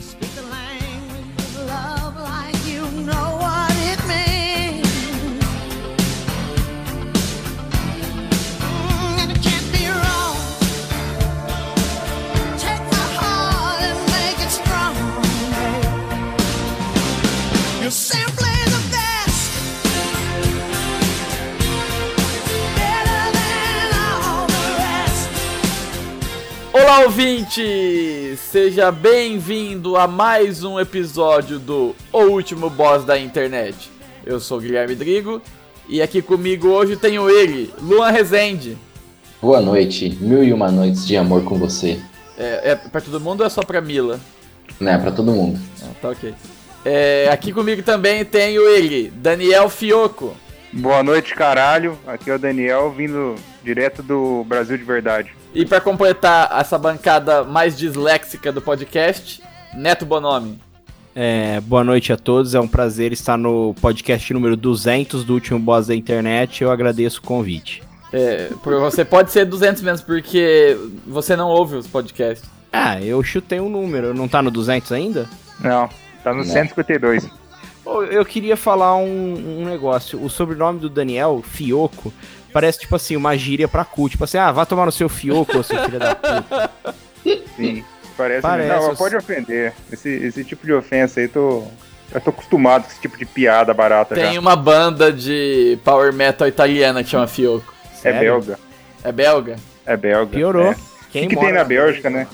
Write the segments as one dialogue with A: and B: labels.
A: Speak the language of love like you know what it means. Mm, and it can't be wrong. Take my heart and make it strong. babe. You're simply the best. Better than all the rest.
B: Olá, ouvinte! Seja bem-vindo a mais um episódio do O Último Boss da Internet. Eu sou o Guilherme Drigo e aqui comigo hoje tenho ele, Luan Rezende.
C: Boa noite, mil e uma noites de amor com você.
B: É, é pra todo mundo ou é só pra Mila?
C: Né, pra todo mundo.
B: Ah, tá ok. É, aqui comigo também tenho ele, Daniel Fioco.
D: Boa noite, caralho. Aqui é o Daniel, vindo direto do Brasil de Verdade.
B: E pra completar essa bancada mais disléxica do podcast, Neto Bonomi.
E: É, boa noite a todos, é um prazer estar no podcast número 200 do último Boss da internet. Eu agradeço o convite.
B: É, por- você pode ser 200 menos porque você não ouve os podcasts.
E: Ah, eu chutei um número, não tá no 200 ainda?
D: Não, tá no
C: Não.
D: 152.
E: Pô, Eu queria falar um, um negócio. O sobrenome do Daniel, Fioco, parece tipo assim, uma gíria pra cu. Tipo assim, ah, vá tomar no seu Fioco, ô, seu filho da puta.
D: Sim, parece.
E: Hum. Parece,
D: mesmo. Não,
E: os-
D: pode ofender. Esse, esse tipo de ofensa aí, tô, eu tô acostumado com esse tipo de piada barata
B: Tem
D: já.
B: uma banda de power metal italiana que chama Fioco.
D: É
E: Sério?
D: belga.
B: É belga?
D: É belga.
E: Piorou.
D: É. O que, que tem na Bélgica, né?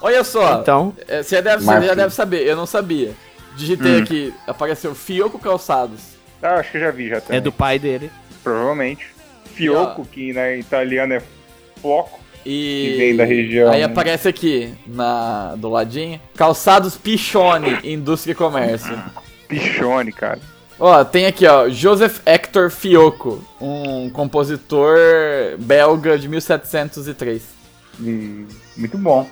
B: Olha só,
E: Então,
B: é, você, deve, você
C: Marfim.
B: já deve saber, eu não sabia. Digitei
D: Hum.
B: aqui, apareceu Fioco Calçados.
D: Ah, acho que eu já vi já também.
E: é do pai dele.
D: Provavelmente. Fioco,
B: ó.
D: que na italiana é floco.
B: E,
D: Que vem da região,
B: Aí
D: né?
B: aparece aqui, na, do ladinho, Calçados Pichone, Indústria e Comércio.
D: Pichone, cara.
B: Ó, tem aqui, ó, Joseph Hector Fioco, um compositor belga de 1703.
D: Hum, muito bom.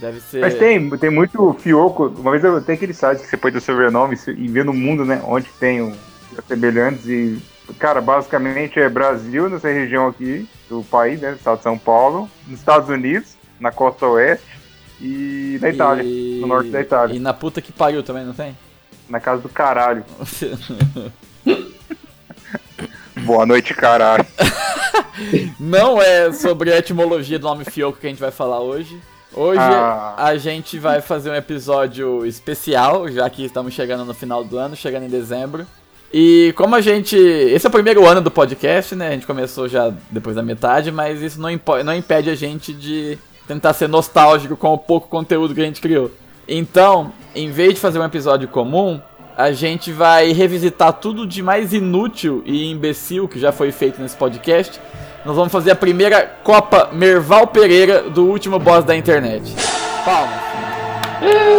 B: Deve ser...
D: Mas tem, tem muito Fioco. Uma vez eu tem aquele site que você põe do sobrenome e vê no mundo, né? Onde tem o- os semelhantes e. Cara, basicamente é Brasil, nessa região aqui do país, né? Estado de São Paulo, nos Estados Unidos, na costa oeste e na Itália,
B: e-
D: no norte da Itália,
B: E na puta que pariu também, não tem?
D: na casa do caralho. Boa noite, caralho.
B: Não é sobre a etimologia do nome Fioco que a gente vai falar hoje. Hoje
D: Ah.
B: a gente vai fazer um episódio especial, já que estamos chegando no final do ano, chegando em dezembro. E como a gente. Esse é o primeiro ano do podcast, né? A gente começou já depois da metade, mas isso não, impo- não impede a gente de tentar ser nostálgico com o pouco conteúdo que a gente criou. Então, em vez de fazer um episódio comum, a gente vai revisitar tudo de mais inútil e imbecil que já foi feito nesse podcast. Nós vamos fazer a primeira Copa Merval Pereira do último boss da internet. Palmas.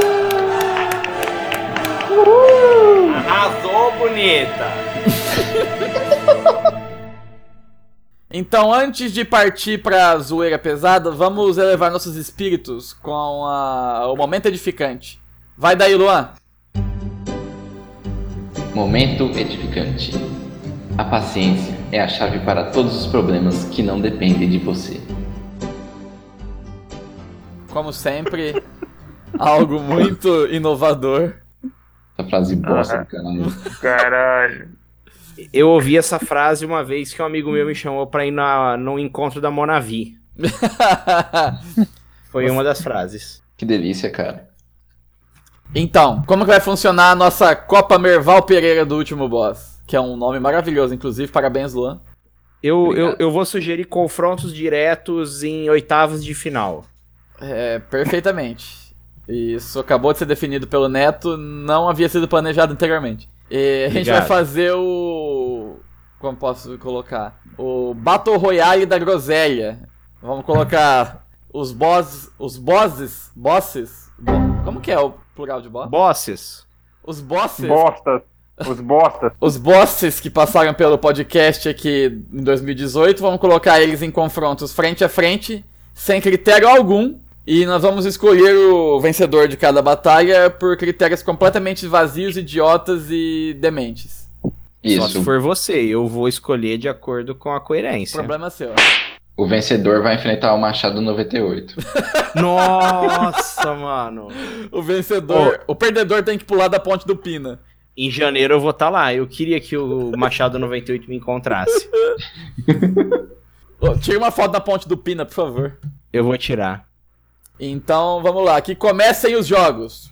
E: Arrasou, bonita!
B: Então, antes de partir pra zoeira pesada, vamos elevar nossos espíritos com a- o momento edificante. Vai daí, Luan.
C: Momento edificante. A paciência é a chave para todos os problemas que não dependem de você.
B: Como sempre, algo muito inovador.
C: Essa frase bosta
E: Ah.
D: Aham.
C: do caralho.
D: Caralho.
E: Eu ouvi essa frase uma vez que um amigo meu me chamou pra ir na, no encontro da Monavi. Foi uma das frases.
C: Que delícia, cara.
B: Então, como que vai funcionar a nossa Copa Merval Pereira do último boss? Que é um nome maravilhoso, inclusive, parabéns, Luan.
E: Eu, eu,
C: Obrigado.
E: eu vou sugerir confrontos diretos em oitavas de final.
B: É, perfeitamente. Isso acabou de ser definido pelo Neto, não havia sido planejado anteriormente. E a gente vai
E: Obrigado.
B: fazer o. Como posso colocar? O Battle Royale da Groselha. Vamos colocar os bosses. Os bosses. Bosses. bo- como que é o plural de boss?
E: Bosses.
B: Os bosses.
D: Bostas. Os bostas.
B: os bosses que passaram pelo podcast aqui em 2018, vamos colocar eles em confrontos frente a frente, sem critério algum, e nós vamos escolher o vencedor de cada batalha por critérios completamente vazios, idiotas e dementes.
E: Só se
C: Isso.
E: for você, eu vou escolher de acordo com a coerência.
B: Problema seu.
C: O vencedor vai enfrentar o Machado 98.
E: Nossa, mano.
B: O vencedor. O perdedor tem que pular da ponte do Pina.
E: Em janeiro eu vou estar lá. Eu queria que o Machado 98 me encontrasse.
B: Ô, Tira uma foto da ponte do Pina, por favor.
E: Eu vou tirar.
B: Então vamos lá, que comecem os jogos.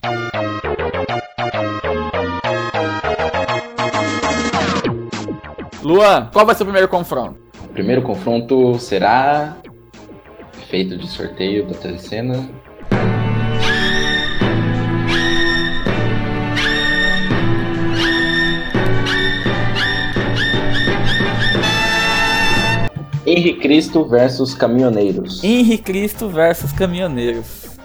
B: Luan, qual vai ser o primeiro confronto?
C: O primeiro confronto será. Feito de sorteio da telecena. Henri Cristo versus Caminhoneiros.
B: Henri Cristo versus Caminhoneiros.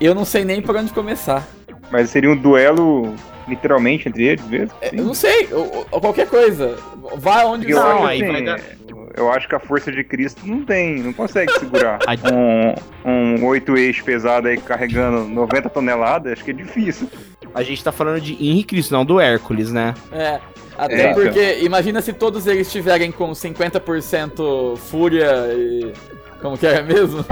B: Eu não sei nem por onde começar.
D: Mas seria um duelo, literalmente, entre eles mesmo? assim?
B: Eu não sei, eu- eu- qualquer coisa. Vá onde
D: Porque eu,
E: Não,
D: acho,
E: aí
D: assim,
E: vai dar-
D: eu acho que a força de Cristo não tem, não consegue segurar
E: Ai.
D: um, um oito eixo pesado aí carregando 90 toneladas, acho que é difícil.
E: A gente tá falando de Henri Cristo, não do Hércules, né?
B: É, até
D: É,
B: porque imagina se todos eles tiverem com 50% fúria e. Como que é mesmo?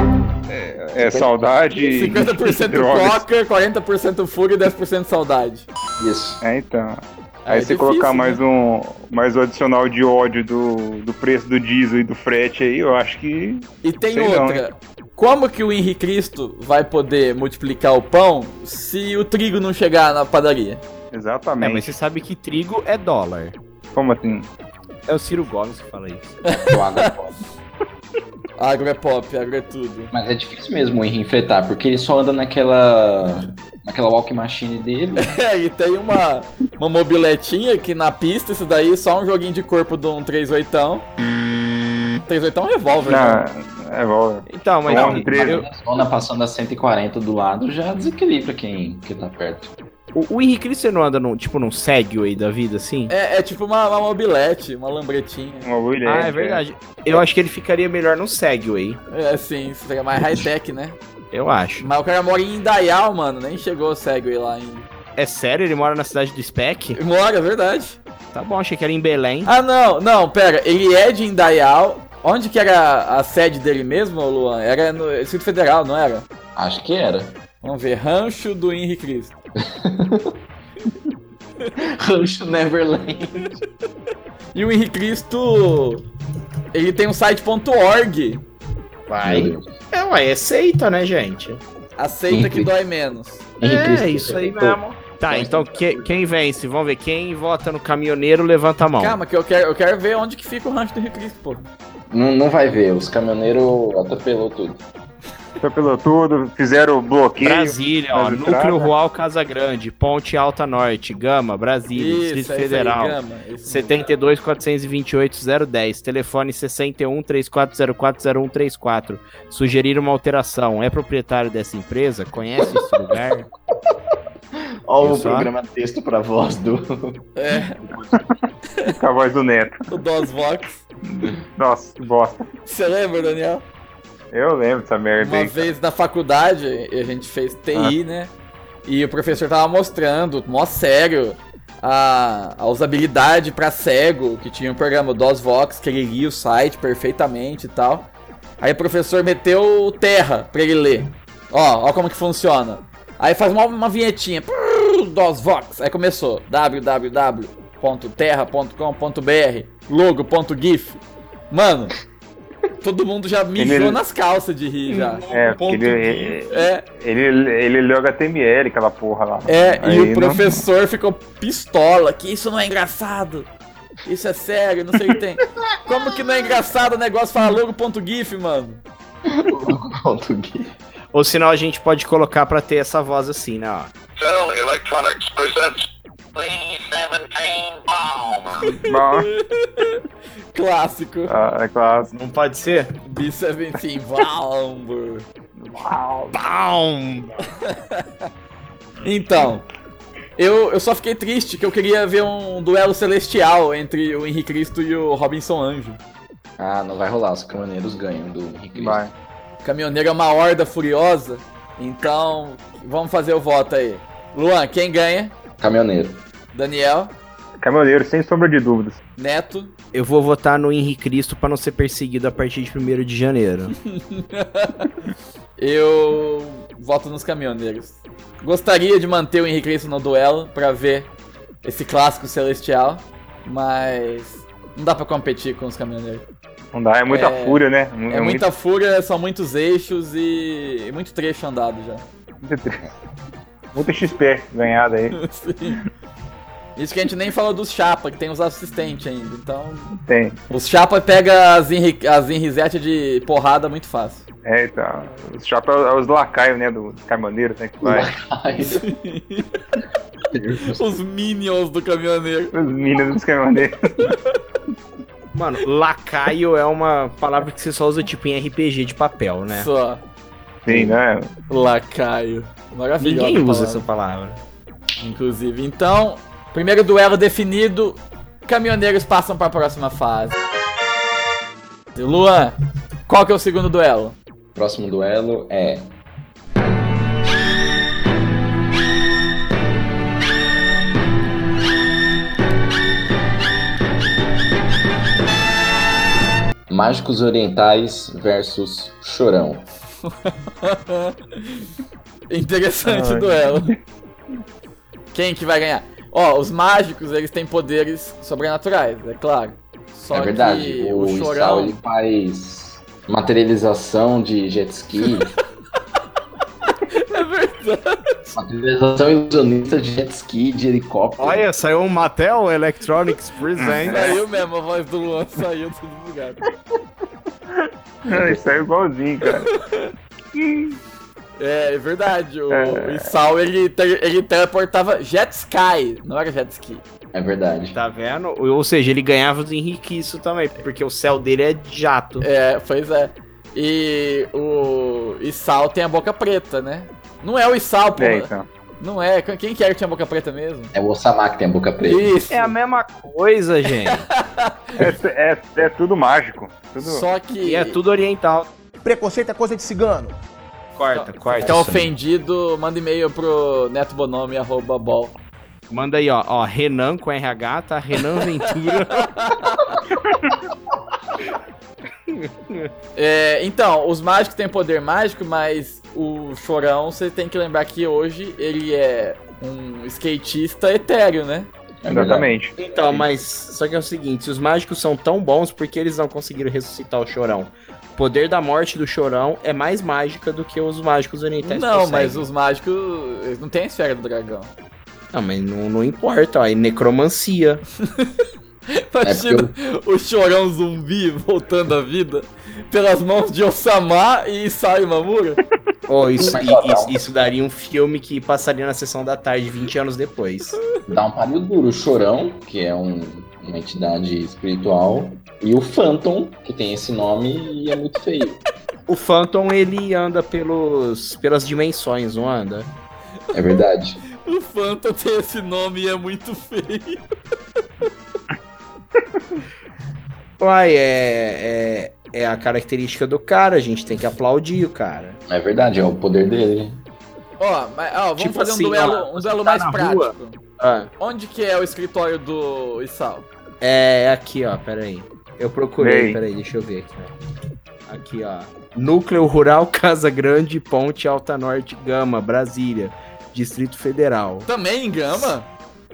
D: É saudade. e-
B: 50%
D: drogas.
B: coca, 40% fúria e 10% saudade.
C: Isso.
D: É, então.
B: Ah,
D: Aí
B: é
D: você
B: difícil,
D: colocar
B: né?
D: mais um mais um adicional de ódio do, do preço do diesel e do frete aí, eu acho que.
B: E tem
D: Sei não,
B: outra. Como que o Henri Cristo vai poder multiplicar o pão se o trigo não chegar na padaria?
E: É,
D: Exatamente.
E: mas você sabe que trigo é dólar.
D: Como assim?
E: É o Ciro Gomes que fala isso.
C: do Agapó.
B: Agro é pop, agro é tudo.
C: Mas é difícil mesmo o Henri enfrentar, porque ele só anda naquela. naquela walk machine dele.
B: É, e tem uma, uma mobiletinha que na pista, isso daí é só um joguinho de corpo de um 38. 38 é um revólver, né?
D: Na, é, bom.
E: Então, mas.
D: Não,
E: eu-
D: trigo.
E: eu-
C: A zona passando a 140 do lado já desequilibra quem, quem tá perto.
E: o, o Henri Cristo você não anda num, tipo, num Segway da vida, assim?
B: É, é tipo uma, uma mobilete, uma lambretinha.
D: Uma boa ideia.
E: Ah, é verdade. Eu acho que ele ficaria melhor no Segway.
B: É assim, isso é mais high-tech, né?
E: Eu acho.
B: Mas o cara mora em Indaial, mano, nem chegou o Segway lá ainda.
E: É sério? Ele mora na cidade do Spec?
B: Mora, é verdade.
E: Tá bom, achei que era em Belém.
B: Ah, não, não, pera. Ele é de Indaial. Onde que era a sede dele mesmo, Luan? Era no Distrito Federal, não era?
C: Acho que era.
B: Vamos ver. Rancho do Henri Cristo.
C: Rancho Neverland.
B: E o Henri Cristo. Ele tem um site.org.
E: Vai. É, ué, é seita, né, gente?
B: Aceita que
C: Henri
B: dói menos.
E: É, isso aí mesmo. Tá, então que- quem vence? Vamos ver. Quem vota no caminhoneiro, levanta a mão.
B: Calma, que eu quero, eu quero ver onde que fica o rancho do Henri Cristo, pô.
C: Não, não vai ver, os caminhoneiros atropelou tudo.
D: Atropelou tudo, fizeram bloqueio.
E: Brasília, ó.
D: Mas
E: Núcleo
D: entrada.
E: Rural Casa Grande, Ponte Alta Norte, Gama, Brasília, Distrito
B: é
E: Federal.
B: Aí, Gama, isso mesmo.
E: 72 428 010, telefone 61 3404 0134. Sugerir uma alteração. É proprietário dessa empresa? Conhece esse lugar?
C: Olha o
E: Isso, ó.
C: programa texto pra voz do.
B: É,
D: Com a voz do Neto.
B: o Dosvox.
D: Nossa, que bosta.
B: Você lembra, Daniel?
D: Eu lembro dessa merda
B: Uma
D: aí.
B: vez na faculdade, a gente fez TI, né? E o professor tava mostrando, mó sério, a, a usabilidade pra cego, que tinha um programa o DOSVox, que ele lia o site perfeitamente e tal. Aí o professor meteu o Terra pra ele ler. Ó, ó como que funciona. Aí faz uma, uma vinhetinha. prrr, DOSVox. Aí começou. www.terra.com.br logo.gif. Mano, todo mundo já mijou
D: Ele-
B: nas calças de rir já.
D: É, porque ele,
B: É,
D: ele, ele leu HTML, aquela porra lá.
B: é
D: Aí
B: e o
D: não-
B: professor ficou pistola, que isso não é engraçado. Isso é sério, não sei o que tem. Como que não é engraçado o negócio falar logo.gif, mano?
C: Ponto Gui.
E: Ou senão a gente pode colocar pra ter essa voz assim, né? Ó.
F: Bell Electronics presents B17 Bomb.
D: Bom,
B: Clássico.
D: ah, é classe.
E: Não pode ser?
B: B17 Valmbur.
E: Pau!
B: Então, eu, eu só fiquei triste que eu queria ver um duelo celestial entre o Henrique Cristo e o Robinson Anjo.
C: Ah, não vai rolar, os caminhoneiros ganham do Henrique.
D: Vai.
B: O caminhoneiro é uma horda furiosa, então vamos fazer o voto aí. Luan, quem ganha?
C: Caminhoneiro.
B: Daniel.
D: Caminhoneiro, sem sombra de dúvidas.
B: Neto.
E: Eu vou votar no Henrique Cristo pra não ser perseguido a partir de 1 de janeiro.
B: Eu voto nos caminhoneiros. Gostaria de manter o Henrique Cristo no duelo pra ver esse clássico celestial, mas não dá pra competir com os caminhoneiros.
D: Não dá, é muita
B: É,
D: fúria, né?
B: É, muita fúria, são muitos eixos e, e muito trecho andado já.
D: Muito XP ganhada aí.
B: Sim. Isso que a gente nem falou dos chapa, que tem os assistentes ainda. Então,
D: Tem.
B: os chapa pega as, Henri, as Henrizete de porrada muito fácil.
D: É, então. Os chapas é os lacaios, né? Do caminhoneiro, né? Que vai.
B: Os minions do caminhoneiro.
D: Os meninos dos caminhoneiros.
E: Mano, lacaio é uma palavra que você só usa tipo em RPG de papel, né?
B: Só.
D: Sim, né?
B: Lacaio. Maravilhosa.
E: Ninguém usa
B: palavra.
E: essa palavra.
B: Inclusive. Então, primeiro duelo definido. Caminhoneiros passam para a próxima fase. Luan, qual que é o segundo duelo?
C: Próximo duelo é. Mágicos Orientais versus Chorão.
B: Interessante
D: Ai.
B: duelo. Quem que vai ganhar? Ó, os mágicos, eles têm poderes sobrenaturais, é claro. Só
C: é verdade,
B: que
C: o,
B: o
C: Isao,
B: chorão...
C: ele faz materialização de jet ski,
B: É verdade.
C: materialização ilusionista de jet ski, de helicóptero.
E: saiu um Mattel Electronics Presents.
B: Saiu mesmo, a voz do Luan saiu de todo lugar.
D: Isso é igualzinho, cara.
B: É, é verdade, o, o Isao, ele, te- ele teleportava jet sky, não era jet ski.
C: É verdade.
E: Tá vendo? Ou seja, ele ganhava do Henrique isso também, porque o céu dele é de jato.
B: É, pois é. E o Isao tem a boca preta, né? Não é o Isao, pô.
D: É, então.
B: Não é. Quem que era que tinha a boca preta mesmo?
C: É o Osama que tem a boca preta.
B: Isso.
E: É a mesma coisa, gente.
D: É, é, é tudo mágico. Tudo...
B: Só que
E: E é tudo oriental.
G: Preconceito é coisa de cigano.
E: Corta, corta.
B: tá
E: Então,
B: ofendido, manda e-mail pro netobonome, arroba bol.
E: manda aí, ó. ó. Renan com RH, tá? Renan Ventura.
B: É, então, os mágicos têm poder mágico, mas o Chorão, você tem que lembrar que hoje ele é um skatista etéreo, né?
C: É verdade.
D: Exatamente.
E: Então, mas só que é o seguinte, os mágicos são tão bons porque eles não conseguiram ressuscitar o Chorão. O poder da morte do Chorão é mais mágica do que os mágicos orientais
B: não,
E: conseguem.
B: mas os mágicos eles não têm a esfera do dragão.
E: Não, mas não, não importa, ó, é necromancia.
C: É
B: Imagina o Chorão zumbi voltando à vida pelas mãos de Osama e Isao Mamura.
E: Ó, isso,
C: Mas,
E: i-
C: ó,
E: isso, isso daria um filme que passaria na sessão da tarde 20 anos depois.
C: Dá um pariu duro. O Chorão, que é um- uma entidade espiritual, e o Phantom, que tem esse nome e é muito feio.
E: O Phantom, ele anda pelos, pelas dimensões, não anda?
C: É verdade.
B: O Phantom tem esse nome e é muito feio.
E: Uai, é, é, é a característica do cara, a gente tem que aplaudir o cara.
C: É verdade, é o poder dele.
B: Ó, mas, ó vamos
E: Tipo
B: fazer
E: assim,
B: um duelo,
E: ó,
B: um duelo
E: tá
B: mais
E: na
B: prático.
E: rua. Ah,
B: Onde que é o escritório do Isao?
E: É, é aqui, ó, peraí. Eu procurei,
D: Ei.
E: peraí, deixa eu ver aqui, ó. Aqui, ó. Núcleo Rural Casa Grande, Ponte Alta Norte, Gama, Brasília, Distrito Federal.
B: Também em Gama?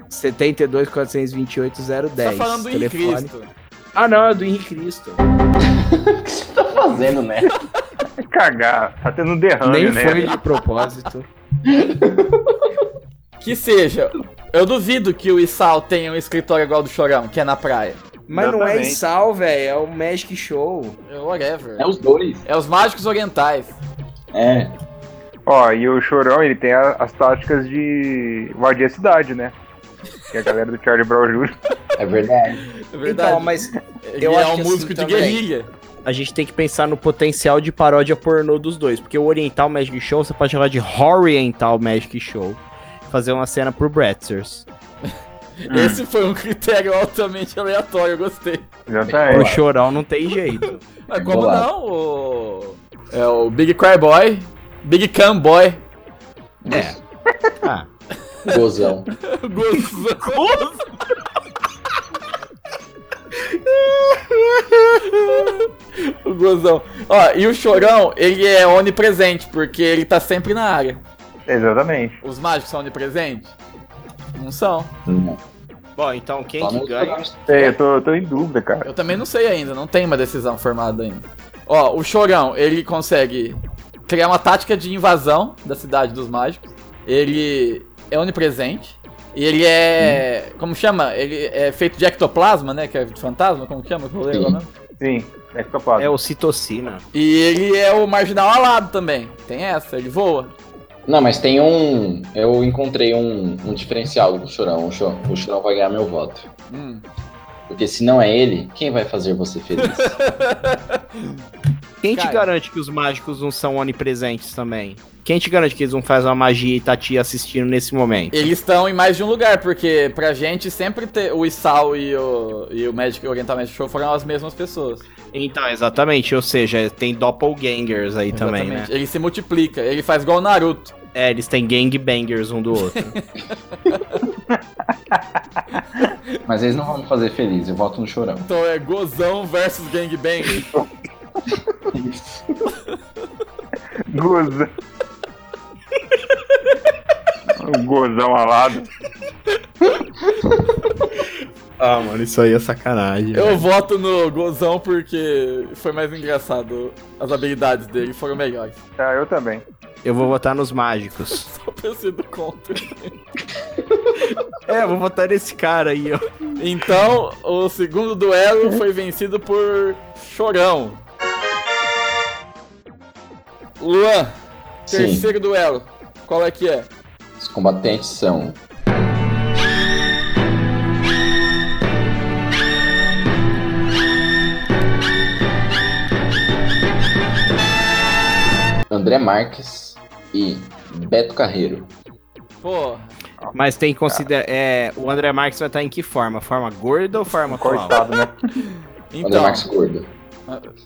E: 72 428
B: Você tá
E: 010.
B: falando do Henrique Cristo.
E: Ah, não, é do Henrique Cristo.
C: O que você tá fazendo, né?
D: É cagar. Tá tendo um derrame,
E: Nem
D: né?
E: foi de propósito.
B: Que seja, eu duvido que o Isao tenha um escritório igual ao do Chorão, que é na praia.
E: Mas não é
D: Exatamente.
E: Sal, velho, é o Magic Show.
B: Whatever.
C: É os dois.
B: É os mágicos orientais.
C: É.
D: Ó, e o Chorão, ele tem a- as táticas de invadir a cidade, né? Que a galera do Charlie Brown Jr.
C: É verdade.
B: É verdade.
E: Então, mas
B: Ele
E: eu
B: é
E: acho
B: um
E: que
B: músico
E: assim
B: de
E: também.
B: guerrilha.
E: a gente tem que pensar no potencial de paródia pornô dos dois. Porque o Oriental Magic Show você pode chamar de Oriental Magic Show. Fazer uma cena pro Bratzers. Hum.
B: Esse foi um critério altamente aleatório, eu gostei.
E: Pro
D: Exatamente.
E: Chorão não tem jeito.
B: Mas como
C: Bolado.
B: não? O... É o Big Cry Boy, Big Cam Boy,
E: Ah,
C: Gozão.
B: Gozão. O gozão. Ó, e o chorão, ele é onipresente, porque ele tá sempre na área.
D: Exatamente.
B: Os mágicos são onipresentes? Não são.
C: Não.
E: Bom, então quem
C: Só
E: que
C: no-
E: ganha?
D: É, eu tô, eu tô em dúvida, cara.
B: Eu também não sei ainda, não tem uma decisão formada ainda. Ó, o Chorão, ele consegue criar uma tática de invasão da cidade dos mágicos. Ele é onipresente. E ele é. Como chama? Ele é feito de ectoplasma, né? Que é de fantasma, como que chama? Que eu lembro,
C: Sim.
B: né?
D: Sim, é que tô quase.
E: É o Citocina.
B: E ele é o marginal alado também. Tem essa, ele voa.
C: Não, mas tem um. Eu encontrei um, um diferencial do Chorão. O Chorão, o Chorão vai ganhar meu voto.
B: Hum.
C: Porque se não é ele, quem vai fazer você feliz?
E: Quem
B: Cara.
E: te garante que os mágicos não são onipresentes também? Quem te garante que eles não fazem uma magia e tá te assistindo nesse momento?
B: Eles estão em mais de um lugar, porque pra gente sempre ter o Isal e o, e o Magic Oriental Magic Show foram as mesmas pessoas.
E: Então, exatamente, ou seja, tem doppelgangers aí também, né?
B: Ele se multiplica, ele faz igual o Naruto.
E: É, eles têm gangbangers um do outro.
C: mas eles não vão me fazer feliz, eu voto no Chorão.
B: Então é gozão versus gangbang.
D: Goza. o gozão alado.
E: ah, mano, isso aí é sacanagem.
B: Eu voto no gozão porque foi mais engraçado. As habilidades dele foram melhores.
D: Tá, eu também.
E: Eu vou votar nos mágicos.
B: Só pra eu ser do contra.
E: é, eu vou votar nesse cara aí, ó.
B: Então, o segundo duelo foi vencido por Chorão. Luan,
C: Sim.
B: terceiro duelo. Qual é que é?
C: Os combatentes são. André Marques e Beto Carreiro.
B: Pô,
E: Mas tem que considerar. É, o André Marques vai estar em que forma? Forma gorda ou forma qual?
D: Coitado, né?
C: André
B: então.
C: Marques gordo.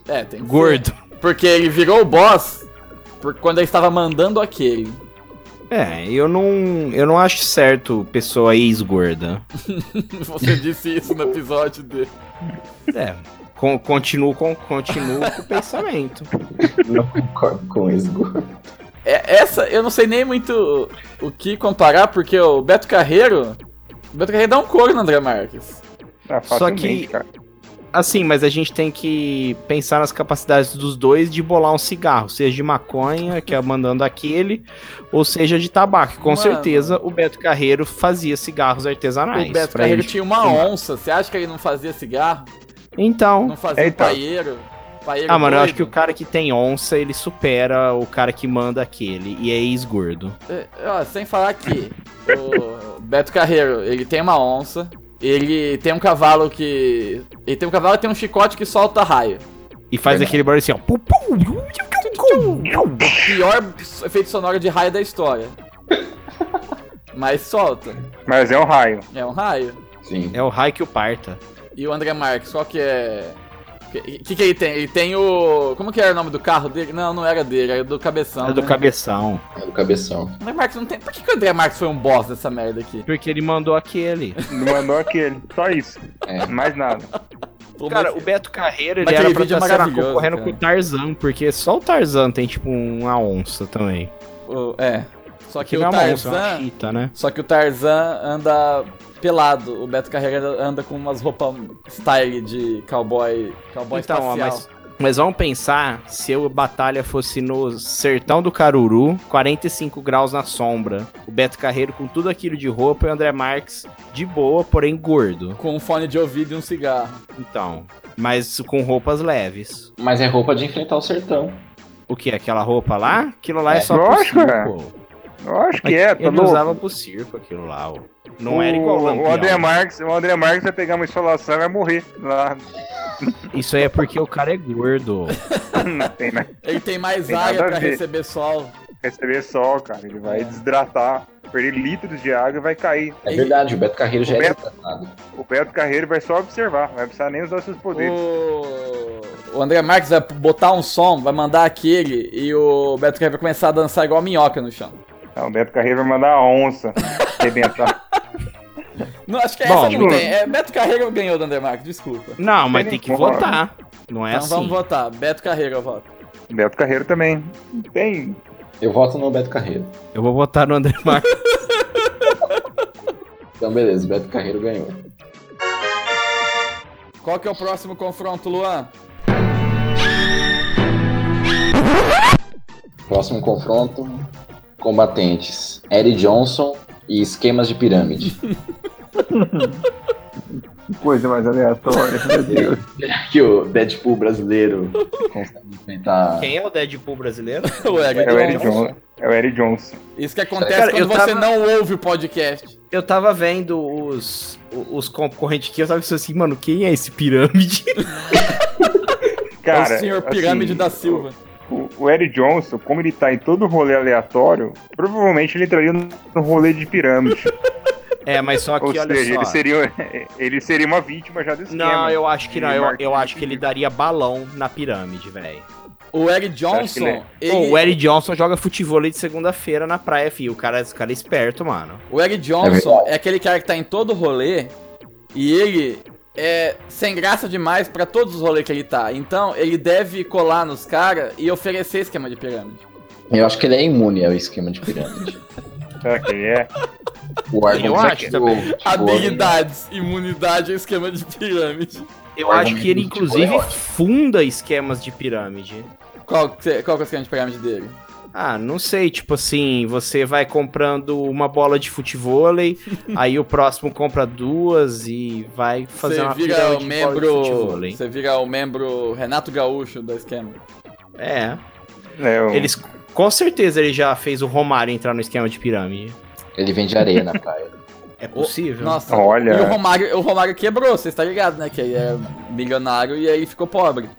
B: É, tem que ser.
E: Gordo.
B: Porque ele virou o boss por quando ele estava mandando aquele.
E: É, eu não. Eu não acho certo pessoa ex-gorda.
B: Você disse isso no episódio dele.
E: É. con- continuo com, continuo com o pensamento.
C: Não concordo com esse gordo.
B: É, essa, eu não sei nem muito o que comparar, porque o Beto Carreiro. O Beto Carreiro dá um couro no André Marques.
D: Ah,
E: Só
D: facilmente,
E: que-
D: cara.
E: Assim, mas a gente tem que pensar nas capacidades dos dois de bolar um cigarro, seja de maconha, que é mandando aquele, ou seja de tabaco. Com
B: Mano.
E: certeza o Beto Carreiro fazia cigarros artesanais.
B: o Beto
E: Ah, pra
B: Carreiro
E: ele.
B: tinha uma onça. Você acha que ele não fazia cigarro?
E: Então.
B: Não é fazia
D: Eita.
B: paieiro? Paieiro
E: Ah, mano, eu acho que o
B: doido?
E: cara que tem onça, ele supera o cara que manda aquele e é ex-gordo.
B: É, ó, sem falar que o Beto Carreiro, ele tem uma onça, ele tem um cavalo que. Ele tem um cavalo que tem um chicote que solta raio.
E: E faz
C: Verdade.
E: aquele barulho assim, ó. Pum, pum, pum, pum, pum, pum.
B: Pior efeito sonoro de raio da história. Mas solta.
D: Mas é um raio.
B: É um raio.
C: Sim.
E: É o raio que o parta.
B: E o André Marques, qual que é. O que, que ele tem? Ele tem o. Como que era o nome do carro dele? Não, não era dele, era do cabeção.
E: É do
B: né?
E: cabeção.
C: É do cabeção.
B: André Marques não tem. Por que, que o André Marques foi um boss dessa merda aqui?
E: Porque ele mandou aquele.
D: Não mandou aquele. Só isso.
C: É.
D: Mais nada.
B: Pelo
E: Cara,
B: menos-
E: o Beto Carreiro, ele
B: Mas
E: era
B: aquele
E: pra
B: vídeo é
E: estar sei lá,
B: maravilhoso,
E: concorrendo
B: cara.
E: com o Tarzan, porque só o Tarzan tem, tipo, uma onça também.
B: o- É. Só que
E: Que não é
B: o
E: uma onça, é uma
B: Tarzan. um
E: chita, né?
B: Só que o Tarzan anda pelado. O Beto Carreira anda com umas roupas style de cowboy. Cowboy
E: Então, ó,
B: espacial.
E: mas, mas vamos pensar se a batalha fosse no sertão do Caruru, 45 graus na sombra. O Beto Carreiro com tudo aquilo de roupa e o André Marques de boa, porém gordo.
B: Com um fone de ouvido e um cigarro.
E: Então, mas com roupas leves.
C: Mas é roupa de enfrentar o sertão.
E: O que? Aquela roupa lá? Aquilo lá é,
C: É.
E: só pro
D: Lógico, é.
E: circo.
D: Eu acho que
E: Mas
D: é, tá
E: Ele
D: louco.
E: usava pro circo aquilo lá, ó. Não era igual
D: o, o
E: Lampião.
D: André Marques, o André Marques vai pegar uma insolação e vai morrer lá
E: Isso aí é porque o cara é gordo.
D: na pena.
B: Ele tem mais
D: Tem
B: área
D: nada a
B: pra
D: ver.
B: receber sol.
D: Receber sol, cara. Ele vai
B: É.
D: desidratar, perder litros de água e vai cair.
C: É
B: E-
C: verdade, o Beto Carreiro já
D: O
C: é
D: Beto-
C: tratado.
D: O Beto Carreiro vai só observar, não vai precisar nem usar seus poderes.
B: O... o André Marques vai botar um som, vai mandar aquele e o Beto Carreira vai começar a dançar igual a minhoca no chão.
D: Não, o Beto Carreiro vai mandar a onça arrebentar.
B: Não, acho que
E: Bom,
B: essa não tem. É, Beto Carreiro ganhou do Undermark, desculpa.
E: Não, mas tem que
D: Bora.
E: votar. Não é
B: então
E: assim.
B: vamos votar. Beto Carreiro, eu voto.
D: Beto Carreiro também. Tem.
C: Eu voto no Beto Carreiro.
E: Eu vou votar no André Marques.
C: Então, beleza, Beto Carreiro ganhou.
B: Qual que é o próximo confronto, Luan?
C: Próximo confronto: combatentes Eric Johnson e esquemas de pirâmide.
D: Que Coisa mais aleatória. Meu Deus.
C: que o Deadpool brasileiro consegue enfrentar.
E: Quem é o Deadpool brasileiro?
B: O Eric
D: É o Eric
B: Johnson.
D: Johnson. É o Eric Johnson.
B: Isso que acontece
E: Cara,
B: quando
E: eu
B: você
E: tava-
B: não ouve o podcast.
E: Eu tava vendo os, os concorrentes aqui, eu tava pensando assim, mano, quem é esse pirâmide?
D: Cara,
B: é o senhor
D: assim,
B: Pirâmide da Silva.
D: O, o Eric Johnson, como ele tá em todo rolê aleatório, provavelmente ele entraria no, no rolê de pirâmide.
E: É, mas só que,
D: Ou
E: olha
D: seja,
E: só.
D: ele seria, ele seria uma vítima já do esquema.
E: Não, eu acho que não. Eu,
D: Marketing
E: eu acho que
D: de
E: ele daria balão na pirâmide, velho.
B: O Eric
D: acho que
B: Johnson,
D: ele é-
B: ele-
E: Pô, o Eric Johnson joga futebol de segunda-feira na praia, filho. O cara, esse cara é esperto, mano.
B: o Eric Johnson é, aquele cara que tá em todo rolê e ele é sem graça demais pra todos os rolês que ele tá. Então ele deve colar nos caras e oferecer esquema de pirâmide.
C: Eu acho que ele é imune ao esquema de pirâmide.
D: Será que ele é?
C: O tipo, argumento
E: acho
C: que
E: também.
C: o- que o-
B: Habilidades, imunidade e esquema de pirâmide.
E: Eu
C: Olha,
E: acho que ele,
C: futebol
E: inclusive,
C: é
E: funda esquemas de pirâmide.
B: Qual que, é- qual que é o esquema de pirâmide dele?
E: Ah, não sei, tipo assim, você vai comprando uma bola de futebol, aí o próximo compra duas e vai fazer
B: Você
E: uma
B: vira o
E: pirâmide de bola de
B: membro.
E: futevôlei.
B: Você vira o membro Renato Gaúcho do esquema.
E: É.
D: É, o-
E: Eles, com certeza ele já fez o Romário entrar no esquema de pirâmide.
C: Ele vende areia na praia.
E: É possível.
B: Nossa,
D: Olha.
B: e o Romário, o Romário quebrou, vocês tá ligado, né? Que ele era milionário e aí ficou pobre.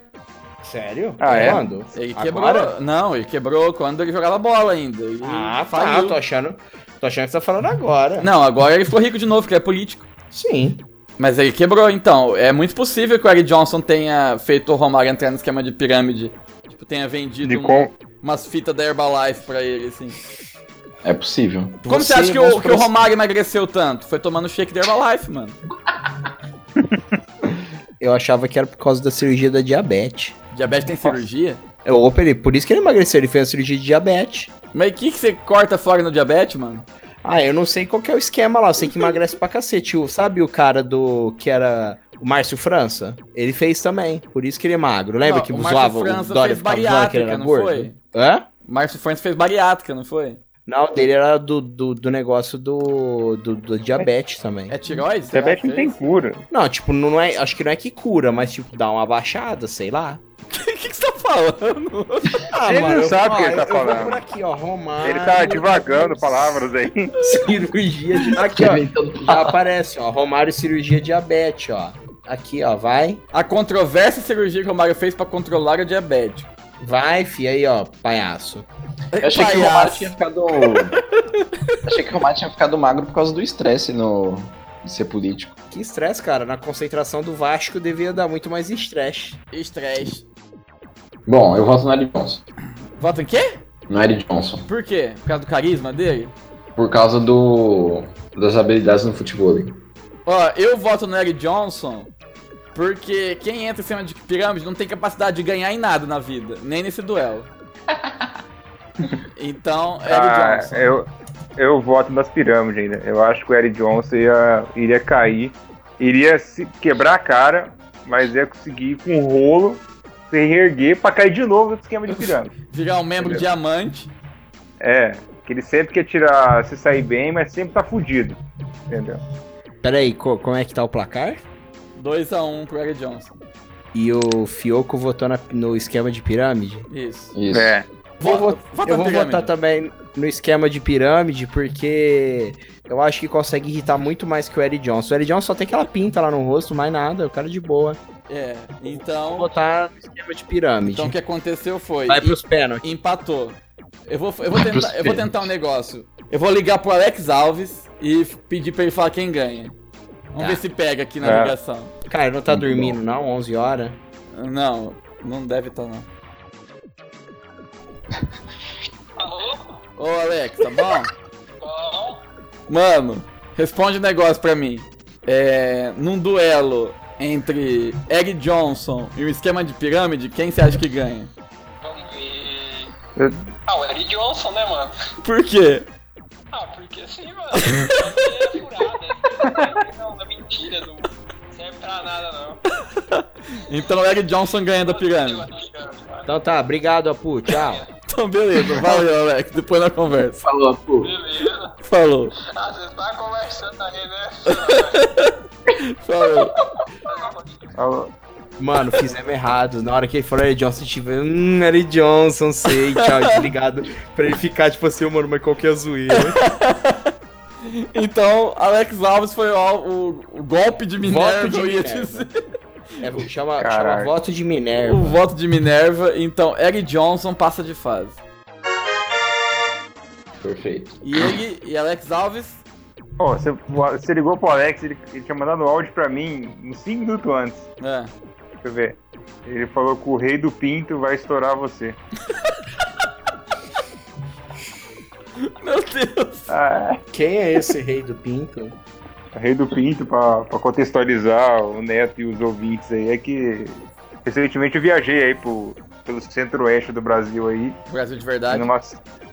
E: sério?
D: Ah, é?
E: Quando?
B: Ele quebrou.
E: Agora?
B: Não, ele quebrou quando ele jogava bola ainda. Ele
E: Ah, tá.
B: faliu.
E: Tô achando, tô achando que você tá falando agora.
B: Não, agora ele ficou rico de novo, que é político.
E: Sim.
B: Mas ele quebrou, então. É muito possível que o Eric Johnson tenha feito o Romário entrar no esquema de pirâmide. Tipo, tenha vendido
D: de
B: um-
D: com-
B: umas fitas da Herbalife pra ele, assim.
C: É possível.
B: Como você,
E: Você
B: acha que
E: vamos
B: o, que o
E: pro-
B: Romário emagreceu tanto? Foi tomando shake da Herbalife, mano.
H: Eu achava que era por causa da cirurgia da diabetes.
B: Diabetes tem cirurgia?
H: É, ô, Peri, por isso que ele emagreceu, ele fez a cirurgia de diabetes.
B: Mas o que, que você corta fora no diabetes, mano?
H: Ah, eu não sei qual que é o esquema lá, eu sei que emagrece pra cacete. O- sabe o cara do que era o Márcio França? Ele fez também, por isso que ele é magro. Lembra
B: Não,
H: que
B: o Márcio
H: zoava
B: França
H: o Dória
B: fez
H: ficava zoando que ele
B: bariátrica,
H: era
B: não
H: gordo?
B: foi?
H: Hã?
B: Márcio França fez bariátrica, não foi?
H: Não, o dele era do, do, do negócio do, do, do diabetes também.
B: É tiroides? será
D: Diabetes
B: que
D: não tem
B: fez?
D: cura.
H: Não, tipo, não é, acho que não é que cura, mas tipo, dá uma baixada, sei lá.
B: O que, que você tá falando?
H: Ah,
D: Ele não
H: eu-
D: sabe o que
H: ó,
D: ele tá
H: eu vou
D: falando.
H: por aqui, ó, Romário.
D: Ele
B: Ah,
D: tá divagando palavras aí.
H: Cirurgia de. Aqui, ó. Já aparece, ó. Romário cirurgia diabetes, ó. Aqui, ó. Vai.
B: A controvérsia cirurgia que o Romário fez pra controlar o diabetes.
H: Vai, fi. Aí, ó. Palhaço.
C: Eu achei que o Romário tinha ficado. achei que o Romário tinha ficado magro por causa do estresse no... de ser político.
H: Que estresse, cara. Na concentração do Vasco devia dar muito mais estresse.
B: Estresse.
C: Bom, eu voto no Eric Johnson.
B: Vota em quê?
C: No Eric Johnson.
B: Por quê? Por causa do carisma dele?
C: Por causa do. das habilidades no futebol.
B: Ó, eu voto no Eric Johnson porque quem entra em cima de pirâmide não tem capacidade de ganhar em nada na vida, nem nesse duelo. Então, Eric
D: Ah,
B: Johnson.
D: eu, eu voto nas pirâmides ainda. Eu acho que o Eric Johnson ia, iria cair, iria se quebrar a cara, mas ia conseguir com o rolo se reerguer pra cair de novo no esquema de pirâmide.
B: Virar um membro
D: Entendeu?
B: diamante.
D: É, que ele sempre quer tirar, se sair bem, mas sempre tá fudido. Entendeu?
H: Pera aí, co- como é que tá o placar?
B: 2x1 pro Eric Johnson.
H: E o Fioco votou na- no esquema de pirâmide?
B: Isso.
C: Isso.
D: É.
H: Vou
B: Vota-
H: vo-
B: vota
H: eu
B: na
H: vou
B: pirâmide.
H: votar também no esquema de pirâmide, porque eu acho que consegue irritar muito mais que o Eric Johnson. O Eric Johnson só tem aquela pinta lá no rosto, mais nada, o cara de boa.
B: É.
H: Vou
B: Então,
H: votar no esquema de pirâmide.
B: então o que aconteceu foi.
H: Vai pros pênaltis.
B: Empatou. Eu vou, eu, vou tentar, eu vou tentar um negócio. Eu vou ligar pro Alex Alves e f- pedir pra ele falar quem ganha. Vamos
H: Tá.
B: ver se pega aqui na
D: É.
B: ligação.
H: Cara, não tá
C: Muito
H: dormindo não, 11 horas.
B: Não, não deve estar não. Ô Alex, tá bom? Mano, responde o um negócio pra mim. é, num duelo entre Eric Johnson e o esquema de pirâmide, quem você acha que ganha?
I: Vamos ver.
D: Eu-
I: Ah, o Eric Johnson, né, mano?
B: Por quê?
I: Ah, porque assim, mano. Porque é furada. Não, é mentira, não serve pra nada, não.
B: Então o Eric Johnson ganha da pirâmide.
H: Então tá, obrigado, Apu. Tchau.
B: Então beleza, valeu Alex, depois na conversa.
C: Falou, pô.
I: Beleza.
B: Falou,
I: Ah, você tá conversando aí, né?
B: falou.
D: Alô?
H: Mano, fizemos errado. Na hora que ele falou Eric Johnson, tipo, hum, Eric Johnson, sei, tchau, desligado. Pra ele ficar, tipo assim, mano, mas qual que é a zoeira?
B: Então, Alex Alves foi o, o- o golpe de Minerva,
H: Voto de
B: eu ia
H: Minerva.
B: dizer.
H: É, chama, chama
D: Caralho.
H: voto de Minerva.
B: O voto de Minerva, então Eric Johnson passa de fase.
C: Perfeito.
B: E ele e Alex Alves
D: Ó, você, você ligou pro Alex, ele, ele tinha mandado um áudio pra mim uns 5 minutos antes.
B: É.
D: Deixa eu ver. Ele falou que o rei do pinto vai estourar você.
B: Meu Deus.
D: Ah,
H: Quem é esse rei do pinto?
D: é. rei do pinto, pra, pra contextualizar o Neto e os ouvintes aí, é que recentemente eu viajei aí pro, pelo centro-oeste do Brasil aí,
B: Brasil de verdade.
D: numa,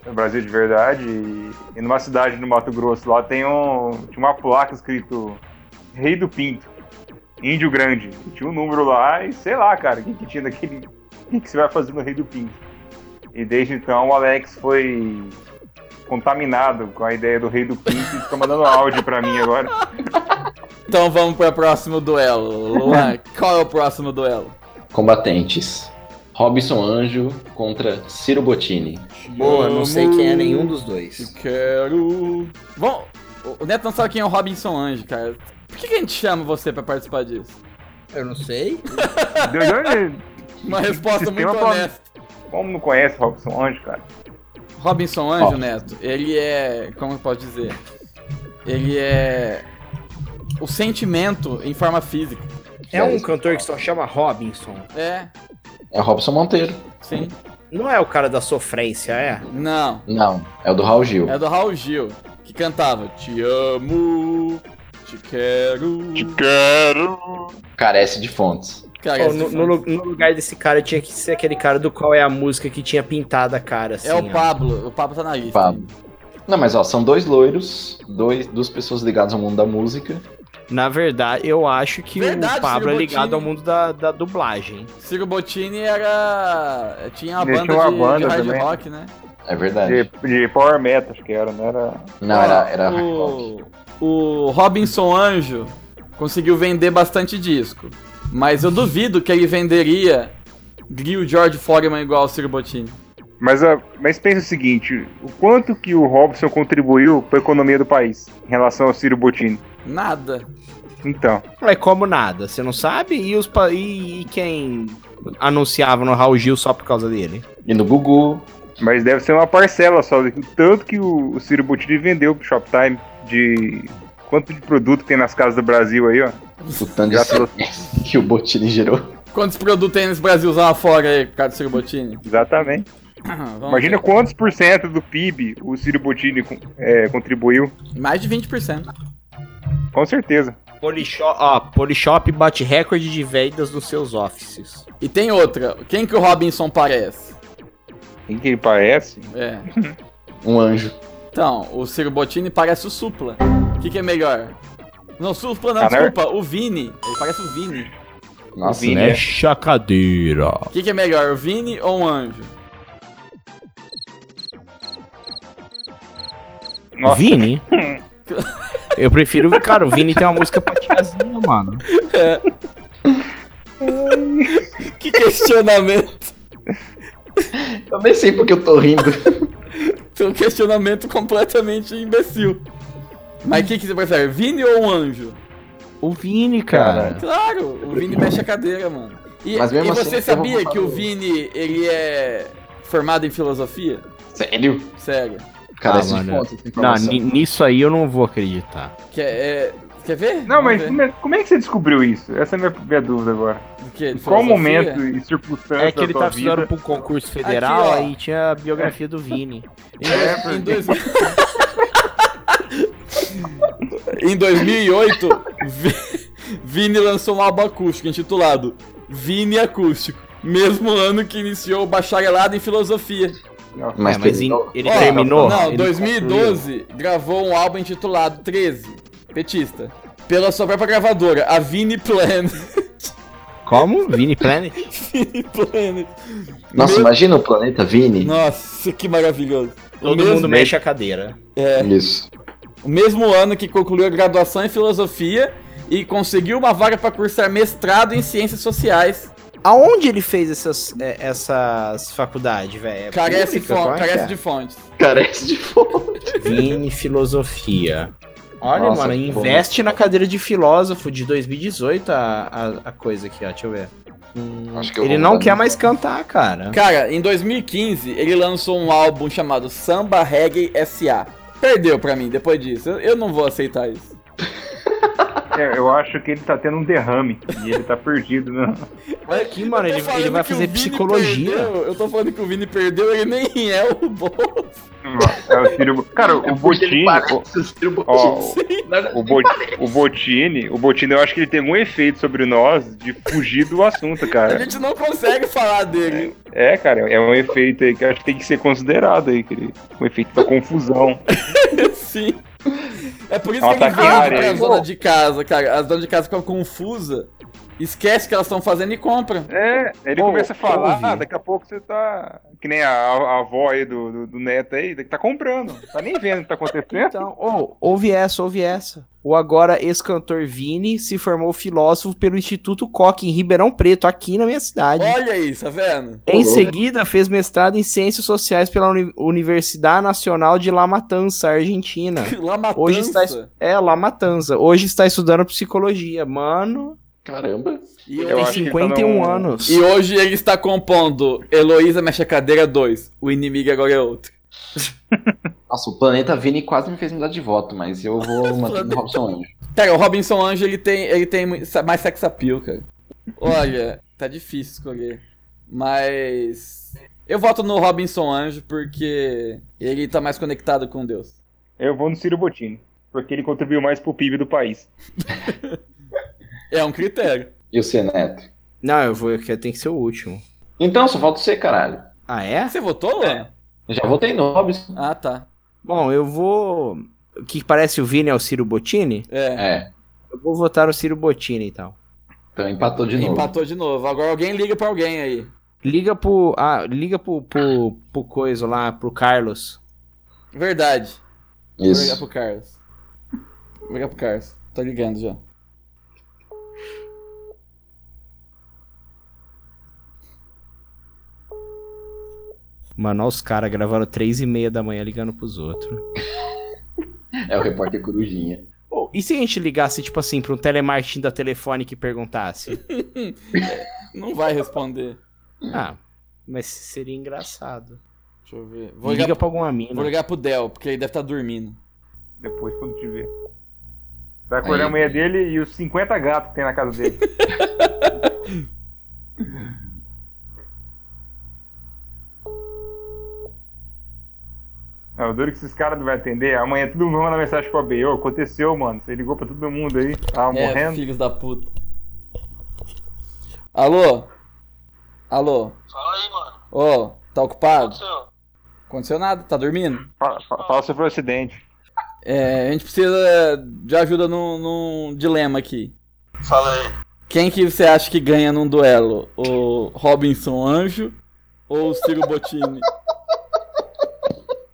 D: no Brasil de verdade, e, e numa cidade no Mato Grosso lá tem um, tinha uma placa escrito Rei do Pinto, Índio Grande. E tinha um número lá e sei lá, cara, o que, que tinha daquele. O que, que você vai fazer no Rei do Pinto? E desde então o Alex foi contaminado com a ideia do Rei do Pinto e fica mandando áudio pra mim agora.
B: Então vamos para o próximo duelo. Luan, qual é o próximo duelo?
C: Combatentes. Robson Anjo contra Ciro Bottini.
H: Boa, não sei quem é nenhum dos dois.
B: Quero. Bom, o- o Neto não sabe quem é o Robinson Anjo, cara. Por que, que a gente chama você pra participar disso?
H: Eu não sei.
D: De onde-
B: Uma resposta muito
D: um Sistema pra-
B: honesta.
D: Como não conhece o Robson Anjo, cara?
B: Robinson Anjo,
C: Ó.
B: Neto, ele é. Como eu posso dizer? Ele é. O sentimento em forma física.
H: É um cantor que só chama Robinson.
B: É,
C: É o Robson Monteiro.
B: sim.
H: Não é o cara da sofrência, é?
B: Não.
C: Não, é o do Raul Gil.
B: É do Raul Gil, que cantava Te amo, te quero.
C: Carece de fontes.
B: Cara,
H: Pô,
B: esse
H: no,
B: funk.
H: no lu- no lugar desse cara tinha que ser aquele cara do qual é a música que tinha pintado a cara, assim.
B: é
H: ó.
B: o Pablo, o Pablo tá na lista.
C: Pablo. Não, mas ó, são dois loiros, dois, duas pessoas ligadas ao mundo da música.
E: Na verdade, eu acho que
B: Verdade,
E: o Pablo é
B: Ciro
E: ligado
B: Bottini.
E: ao mundo da, da dublagem.
B: Ciro Bottini era. tinha uma
D: Ele
B: banda,
D: tinha uma
B: de,
D: banda
B: de hard
D: também.
B: rock, né?
C: É verdade.
D: De, de Power Metal, acho que era, não era.
C: Não,
B: Ó,
C: era, era hard rock.
B: ah, o, o Robinson Anjo conseguiu vender bastante disco. Mas eu duvido que ele venderia Grill George Foreman igual o Ciro Bottini.
D: Mas, a- mas pensa o seguinte, o quanto que o Robson contribuiu para a economia do país em relação ao Ciro Bottini?
B: Nada.
D: Então,
E: É como nada, você não sabe? E, os, pa- e, e quem anunciava no Raul Gil só por causa dele?
C: E no Gugu.
D: mas deve ser uma parcela só, do tanto que o, o Ciro Bottini vendeu pro Shoptime de quanto de produto tem nas casas do Brasil aí, ó.
C: O tanto de
D: Já
C: cena que o Bottini gerou.
B: Quantos produtos tem nesse Brasil usava fora aí por causa do Ciro Bottini?
E: Então,
D: Exatamente.
B: Vamos
D: Imagina
E: é.
B: ver.
D: quantos por cento do PIB o Ciro Bottini con- é, contribuiu.
B: Mais de 20%.
D: Com certeza.
E: Polishop, ó, Polishop bate recorde de vendas nos seus offices.
B: E tem outra. Quem que o Robinson parece?
D: Quem que ele parece?
B: É.
C: Um anjo.
B: Então, o Ciro Bottini parece o Supla. O que, que é melhor? Não, Supla não,
D: Ah, não é?
B: desculpa. O Vini. Ele parece o Vini.
C: Nossa,
D: Vini.
C: né?
E: Mexe a cadeira.
B: O que, que é melhor, o Vini ou o Anjo?
D: Nossa.
E: Vini? Eu prefiro. Cara, o Vini tem uma música patiazinha, mano.
B: Que questionamento.
E: né?
C: Eu nem sei porque eu tô rindo.
B: Foi um questionamento completamente imbecil. Mas o que, que você prefere, Vini ou o Anjo?
E: O Vini, cara.
B: Claro, o Vini mexe a cadeira, mano. E,
C: Mas mesmo
B: e
C: assim,
B: você
C: eu
B: sabia
C: vou
B: que o
C: falar-
B: Vini, ele é formado em filosofia?
C: Sério?
B: Sério.
C: Carece de
E: Ah, mano.
C: fontes essa
E: Não,
C: informação.
E: ni- nisso aí eu não vou acreditar.
B: Quer, é- quer ver?
D: Não,
B: Vamos
D: mas
B: ver.
D: como é, como é que você descobriu isso? Essa é a minha, minha dúvida agora.
B: Do quê? De
D: Em qual
B: filosofia?
D: momento e circunstância
E: É que ele
D: da tua
E: tá estudando
D: vida...
E: pra um concurso federal,
B: Aqui, ó.
E: aí tinha a biografia do Vini.
B: Em,
D: É,
B: dois- em dois- Em 2008, Vi- Vini lançou um álbum acústico intitulado Vini Acústico, mesmo ano que iniciou o bacharelado em filosofia.
E: é, Mas,
C: teve-
E: mas em- ele
B: Ó,
E: terminou?
B: Não,
E: Ele
B: 2012 gravou um álbum intitulado 13, Petista, pela sua própria gravadora, a Vini Planet.
E: concluiu. Como? Vini Planet?
B: Vini Planet.
C: Nossa,
B: Meu-
C: imagina o planeta Vini.
B: Nossa, que maravilhoso. O
E: Todo
B: mesmo-
E: mundo mexe a cadeira.
C: é. Isso.
B: O mesmo ano que concluiu a graduação em filosofia e conseguiu uma vaga para cursar mestrado em ciências sociais.
E: Aonde ele fez essas, é, essas faculdades, velho? É
B: Carece,
E: pública,
B: fon-
E: qual é
B: carece
E: que
B: de fontes.
C: Carece de fome.
E: é? Vini Filosofia. Olha,
C: Nossa,
E: mano,
C: que
E: investe na cadeira de filósofo de 2018 a, a, a coisa aqui, ó. Deixa eu ver.
C: Acho que eu
E: Ele
C: vou
E: não
C: mudar
E: quer
C: de-
E: mais cantar, cara.
B: Cara, em 2015 ele lançou um álbum chamado Samba Reggae SA. Perdeu pra mim depois disso. Eu- Eu não vou aceitar isso.
D: É, eu acho que ele tá tendo um derrame e ele tá perdido, né?
E: Olha aqui,
B: Eu
E: mano,
B: tô
E: ele,
B: falando
E: ele vai
B: que o
E: fazer
B: Vini
E: psicologia.
B: perdeu, eu tô falando que o Vini perdeu, ele nem é o Bolt.
D: É o Ciro... Cara, o Botini. o- Ó,
C: Nada-
D: o, Bo- o Botini, o Botini, eu acho que ele tem um efeito sobre nós de fugir do assunto,
E: É.
B: A
D: cara.
B: gente não consegue falar dele.
D: É, cara, é um efeito aí que eu acho que tem que ser considerado aí, querido. Um efeito da confusão.
B: Sim. É por isso
D: Ela
B: que ele
D: tá
B: vende
D: cara,
B: pra
D: hein?
B: dona de casa, cara. As donas de casa ficam confusas, esquece o que elas estão fazendo e compram.
D: É, ele
E: Ô,
D: começa a falar,
E: ouve.
D: ah, daqui a pouco você tá. Que nem a, a avó aí do, do, do neto aí, tá comprando. Tá nem vendo o que tá acontecendo.
E: Então, ô, ouve essa, ouve essa. O agora ex-cantor Vini se formou filósofo pelo Instituto Koch em Ribeirão Preto, aqui na minha cidade.
B: Olha isso, tá vendo?
E: Em seguida, fez mestrado em Ciências Sociais pela Uni- Universidade Nacional de La Matanza, Argentina.
B: Lá matança.
E: Hoje está es- É, La Matanza. Hoje está estudando psicologia. Mano,
C: Caramba.
B: e,
D: Eu
E: tem
D: acho
B: hoje...
D: que tá
E: 51
D: num-
E: anos.
B: e hoje ele está compondo Heloísa Mexe a Cadeira 2. O inimigo agora é outro.
C: Nossa, o planeta Vini quase me fez mudar de voto, mas eu vou manter no Robson Anjo.
B: Cara, o Robinson Anjo ele tem, ele tem mui- sa- mais sex appeal, cara. Olha, tá difícil escolher. Mas. Eu voto no Robinson Anjo porque ele tá mais conectado com Deus.
D: Eu vou no Ciro Botini, porque ele contribuiu mais pro PIB do país.
B: É um critério.
C: E você, Neto?
E: Não, eu vou, que tem que ser o último.
C: Então, só falta você, caralho.
E: Ah, é?
B: Você votou, Luan?
C: Eu já votei no Robson.
B: Ah, tá.
E: Bom, eu vou. O que parece o Vini é o Ciro Bottini?
B: É.
C: É,
E: Eu vou votar no Ciro Bottini, então.
C: então empatou de novo.
B: Empatou de novo. Agora alguém liga pra alguém aí.
E: Liga pro. Ah, liga pro, pro, pro coisa lá, pro Carlos.
B: Verdade. Vou ligar
C: Isso.
B: pro Carlos. Vou ligar pro Carlos. Tô ligando já.
E: Mano, olha os caras gravando três e meia da manhã ligando pros outros.
C: É o repórter Corujinha.
E: Pô, e se a gente ligasse, tipo assim, pra um telemarketing da Telefônica e perguntasse?
B: Não vai responder.
E: ah, mas seria engraçado.
B: Deixa eu ver. Vou
E: Liga
B: ligar,
E: pra alguma
B: vou
E: mina.
B: ligar pro Del, porque ele deve estar dormindo.
D: Depois, quando te ver. Vai acordar
C: Aí.
D: a mulher dele e os 50 gatos que tem na casa dele. Não, o duro que esses caras não vão atender. Amanhã todo mundo vai mandar mensagem pro ABO. Aconteceu, mano. Você ligou pra todo mundo aí.
C: Tá
D: Tava
B: é,
D: morrendo.
B: filhos da puta. Alô? Alô?
I: Fala aí, mano.
B: Ô, tá
I: O que
B: ocupado?
I: aconteceu?
B: Aconteceu nada? Tá dormindo?
D: Fala, fa- fala sobre o acidente.
B: É, a gente precisa de ajuda num, num dilema aqui.
I: Fala aí.
B: Quem que você acha que ganha num duelo? O Robinson Anjo ou o Ciro Bottini?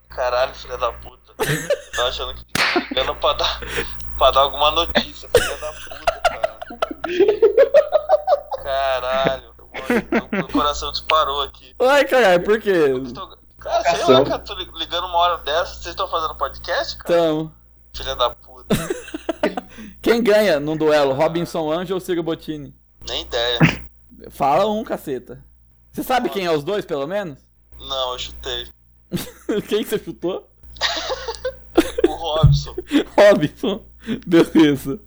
I: Caralho, filha da puta. Eu tava achando que era pra dar, pra dar alguma notícia, filha da puta, cara. Caralho, mano, meu coração disparou aqui.
B: Ai, caralho, por quê?
I: Tô- Cara, sei lá, cara, tô li- ligando uma hora dessa, vocês estão fazendo podcast, cara?
B: Então,
I: Filha da puta,
B: quem ganha num duelo? Robinson Anjo ou Ciro Bottini?
I: nem ideia.
B: Fala um, caceta. Você sabe quem é os dois, pelo menos?
I: Não, eu chutei.
B: quem que você chutou?
I: O Robson.
B: Robinson. Beleza.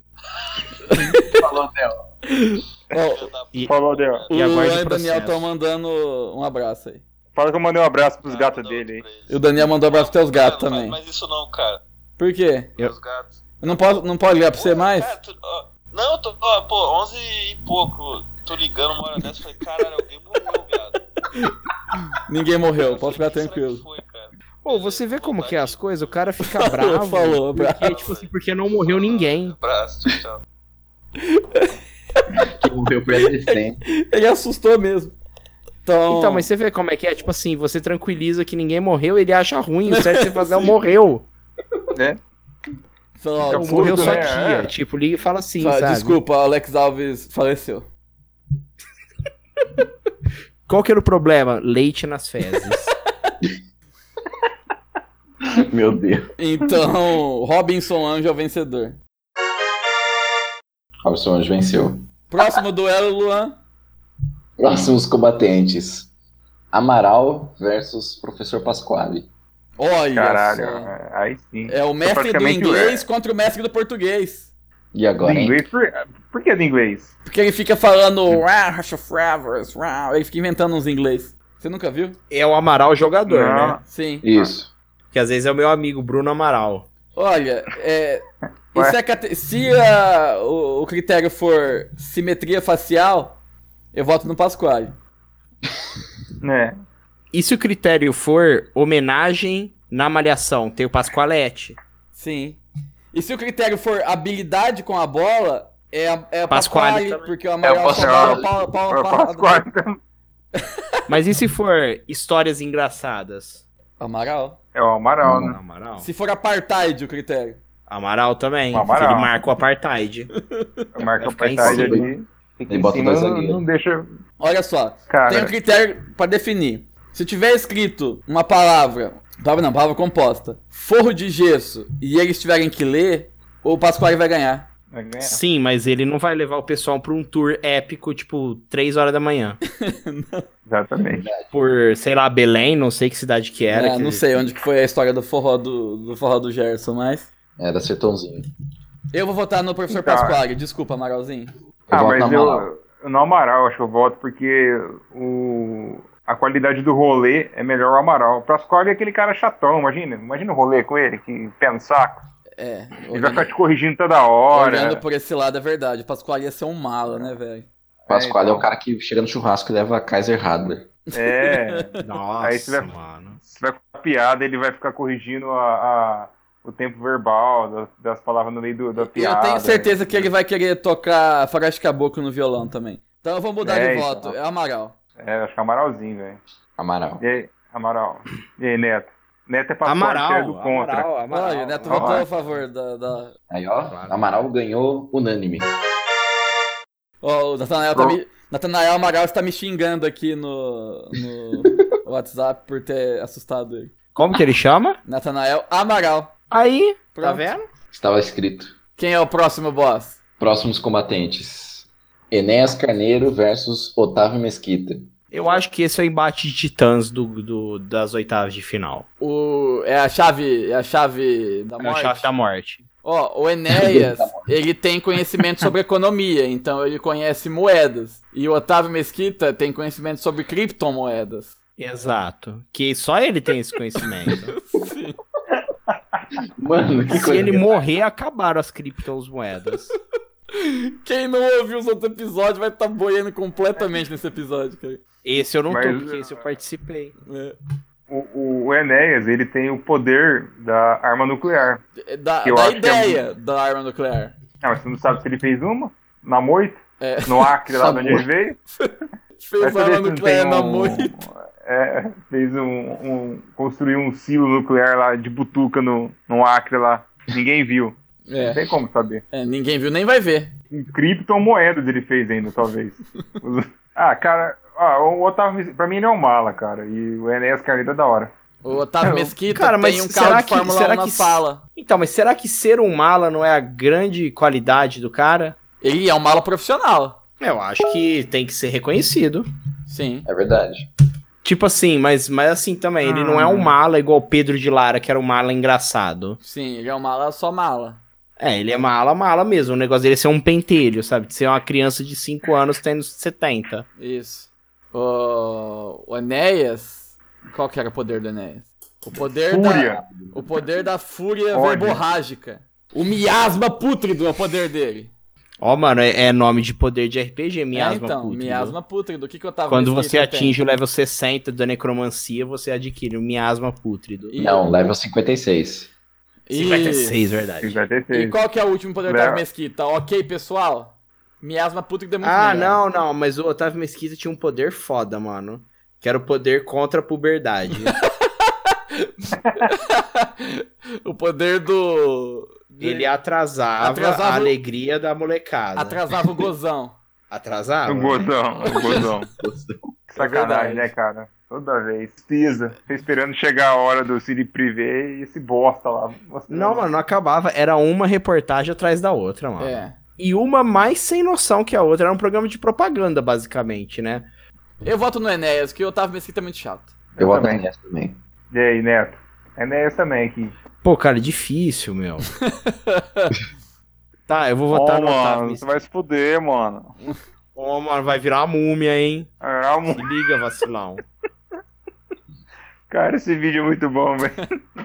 C: Falou dela.
B: Ó,
I: filha da puta.
D: Falou, Del.
B: O
E: E aguarde
B: Luan e
E: o
B: o Daniel
E: processo.
B: estão mandando um abraço aí.
D: Fala que eu mandei um abraço pros
I: Ah,
D: gatos
I: não,
D: dele aí.
I: pra eles.
B: E o Daniel mandou um abraço pros teus gatos
I: Cara, não
B: também.
I: faz mais isso não, cara.
B: Por quê?
E: Eu-
I: Os gatos.
B: Eu não posso, não posso ligar pra você
I: Ô,
B: mais?
I: cara, tu- ó, Não, eu tô, ó, pô, 11 e pouco. Tô ligando uma hora dessa e falei, caralho, alguém morreu, viado.
B: Ninguém morreu, pode ficar
I: Será que
B: tranquilo.
I: foi, cara?
H: Pô, você vê como que é as coisas? O cara fica
B: Falou,
H: bravo.
B: falou, bravo.
H: porque, tipo assim, porque não morreu ninguém.
I: Abraço, tchau, tchau.
C: que morreu pra existência.
B: Ele assustou mesmo. Então,
H: Então, mas você vê como é que é? Tipo assim, você tranquiliza que ninguém morreu, ele acha ruim. O certo é você fazer um morreu.
B: Então, ó,
D: Então,
B: desculpa,
H: Morreu sua
D: né?
H: tia.
D: É.
H: Tipo, liga e fala assim,
B: desculpa,
H: sabe?
B: desculpa, Alex Alves faleceu.
H: Qual que era o problema? Leite nas fezes.
C: Meu Deus.
B: Então, Robinson Anjo é o vencedor.
C: Robson Anjo venceu.
B: Próximo duelo, Luan.
C: Próximos combatentes. Amaral versus Professor Pasquale.
B: Olha
D: Caralho,
B: só.
D: aí sim.
B: É o mestre do
D: praticamente o-
B: inglês contra o mestre do português.
C: E agora,
D: Do
C: hein?
D: inglês, por, por que do inglês?
B: Porque ele fica
D: Hum.
B: falando... "Rah, Rush of Ravers, rah", Ele fica inventando uns inglês. Você nunca viu?
E: É o Amaral jogador,
D: Não.
E: né?
B: Sim.
C: Isso.
E: Que às vezes é o meu amigo Bruno Amaral.
B: Olha, é,
D: Ué?
B: isso é cate- se a- o, o critério for simetria facial, eu voto no Pasquale.
D: É.
E: E se o critério for homenagem na malhação, tem o Pascoalete.
B: Sim. E se o critério for habilidade com a bola, é, a- é a
E: Pasquale
B: Pasquale,
E: também.
B: porque o Amaral
C: É o
B: só dá
C: Pasquale.
B: pau- pau-
D: Eu
B: pau-
D: faço quatro. então.
E: Mas e se for histórias engraçadas?
B: Amaral.
D: É o Amaral, né?
E: Amaral.
B: Se for apartheid o critério.
E: Amaral também.
D: Amaral.
E: Ele marca o apartheid.
D: Marca
E: Vai
D: o
E: ficar em
D: portagem
C: cima.
D: ali. Fica
C: E bota
D: em cima,
C: dois
D: não,
C: zagueiros.
D: não deixa.
B: Olha só, tem um
D: Cara,
B: critério pra definir. Se tiver escrito uma palavra, palavra não, palavra composta, forro de gesso e eles tiverem que ler, o Pasquale vai ganhar.
D: vai ganhar.
E: Sim, mas ele não vai levar o pessoal pra um tour épico, tipo, 3 horas da manhã.
D: exatamente.
E: Por, sei lá, Belém, não sei que cidade que era.
B: É,
E: que
B: não
E: ele-
B: sei onde que foi a história do forró do, do forró do Gerson, mas.
C: Era É, sertãozinho.
B: Eu vou votar no professor
D: Tá.
B: Pasquale, desculpa, Amaralzinho.
C: Eu
D: Ah,
C: voto no
D: mas
C: Amaral.
D: eu, eu no Amaral acho que eu voto porque o, a qualidade do rolê é melhor o Amaral. O Prascov é aquele cara chatão, imagina. Imagina o rolê com ele, que pé no saco.
B: É.
D: Ele vai
B: Olhando,
D: ficar te corrigindo toda hora.
B: olhando por esse lado é verdade. O Pasquale ia ser um mala, né, velho?
C: Pasquale é,
D: É,
C: o cara que chega no churrasco e leva a Kaiser Radler.
D: É,
E: Nossa,
D: Aí você vai-
E: mano.
D: você vai com a piada, ele vai ficar corrigindo a, a- o tempo verbal das, das palavras no meio do, da
B: E
D: piada.
B: eu tenho certeza que ele vai querer tocar Faroeste Caboclo no violão também. Então eu vou mudar
D: É,
B: de
D: então.
B: voto. É Amaral.
D: É, acho que é Amaralzinho, velho.
C: Amaral.
D: E aí, Amaral? E aí, Neto? Neto é Pasquale, que é do
E: Amaral,
D: contra.
E: Amaral, Amaral.
B: Olha, Neto
D: Amaral.
B: votou a favor da. da...
C: Aí, ó,
E: Claro.
C: Amaral ganhou unânime.
B: Ó, o Natanael tá
D: Pro-
B: me. Natanael Amaral está me xingando aqui no, no WhatsApp por ter assustado ele.
E: Como que ele chama?
B: Natanael Amaral.
E: Aí, tá
B: Pronto.
E: vendo?
C: Estava escrito.
B: Quem é o próximo boss?
C: Próximos combatentes. Enéas Carneiro versus Otávio Mesquita.
E: Eu acho que esse é o embate de titãs do, do- das oitavas de final.
B: O, é a chave, é a chave da
E: É o
B: morte.
E: chave da morte.
B: Ó, o Enéas, ele tem conhecimento sobre economia, então ele conhece moedas. E o Otávio Mesquita tem conhecimento sobre criptomoedas.
E: Exato. Que só ele tem esse conhecimento.
C: Mano, que
E: Se
C: coisa.
E: ele morrer, acabaram as criptomoedas.
B: Quem não ouviu os outros episódios vai estar tá boiando completamente nesse episódio, cara.
E: Esse eu não tô,
D: Mas-
E: porque
C: ah,
E: esse eu participei.
B: É.
D: O, o Enéas, ele tem o poder da arma nuclear.
B: É Da,
D: Eu
B: da
D: acho que é
B: ideia da arma nuclear.
D: Ah, mas você não sabe se ele fez uma? Na moita?
B: É.
D: No Acre, lá de onde ele
C: Sabor.
D: veio? Vai
B: Fez a
D: saber
B: arma
D: se não
B: nuclear
D: tem
B: na
D: um-
B: moita.
D: É, fez um, um- Construiu um silo nuclear lá de butuca no, no Acre lá. Ninguém viu. Não
B: É,
D: tem como saber.
B: é, ninguém viu, nem vai ver.
D: Em criptomoedas ele fez ainda, talvez. ah, cara. Ah, o Otávio, pra mim ele é um mala, cara. E o Enéas Carneiro é da hora.
B: O Otávio
E: Não,
B: Mesquita
E: cara, mas
B: tem um
E: será
B: carro de
E: que-
B: Fórmula
E: será
B: 1 na
E: que-
B: sala.
E: Então, mas será que ser um mala não é a grande qualidade do cara?
B: Ele é um mala profissional.
E: Eu acho que tem que ser reconhecido.
B: Sim.
C: É verdade.
E: Tipo assim, mas, mas assim também, ele não é um
C: Ah.
E: mala igual o Pedro de Lara, que era um mala engraçado.
B: Sim, ele é um mala só mala.
E: É, ele é mala, mala mesmo. O negócio dele é ser um pentelho, sabe? De ser uma criança de 5 anos tendo 70.
B: Isso. O, o Enéas. Qual que era o poder do Enéas? O poder da.
D: Fúria.
B: O poder da fúria
D: Ódio.
B: verborrágica. O miasma pútrido é o poder dele.
E: Ó, mano, é, é nome de poder de RPG, miasma
B: é, então,
E: pútrido.
B: miasma pútrido. O que, que eu tava
E: Quando
B: escrito,
E: você
B: eu
E: atinge o level 60 da necromancia, você adquire o miasma pútrido.
B: tenho. E-
C: Não, level 56.
B: e-
E: 56, verdade.
D: 56.
B: E qual que é o último poder do Otávio
D: Não.
B: Mesquita? Ok, pessoal? Miasma pútrido é muito
E: Ah,
B: melhor.
E: não, não, mas o Otávio Mesquita tinha um poder foda, mano. Que era o poder contra a puberdade.
B: o poder do.
E: Ele é atrasava,
B: Atrasava o-
E: a alegria da molecada.
B: Atrasava o gozão.
E: Atrasava?
D: Um gozão, um gozão. Que Sacanagem,
E: É
B: verdade.
D: né, cara? Toda vez. Pisa. Tô esperando chegar a hora do Cine Privé e esse bosta lá. mostrando.
E: Não, mano, não acabava. Era uma reportagem atrás da outra, mano.
B: É.
E: E uma mais sem noção que a outra. Era um programa de propaganda, basicamente, né?
B: Eu voto no Enéas, que o Otávio Mesquita é muito chato.
D: Eu
C: Eu vou
D: também.
C: nessa também.
D: E aí, Neto? É nessa também aqui.
E: Pô, cara, difícil, meu. tá, eu vou
D: Ô,
E: votar no Otávio.
D: mano,
E: Messi.
D: você vai se fuder, mano.
E: Ô, mano, vai virar uma múmia, hein?
D: Ah, mo-
E: Se liga, vacilão.
D: Cara, esse vídeo é muito bom, velho.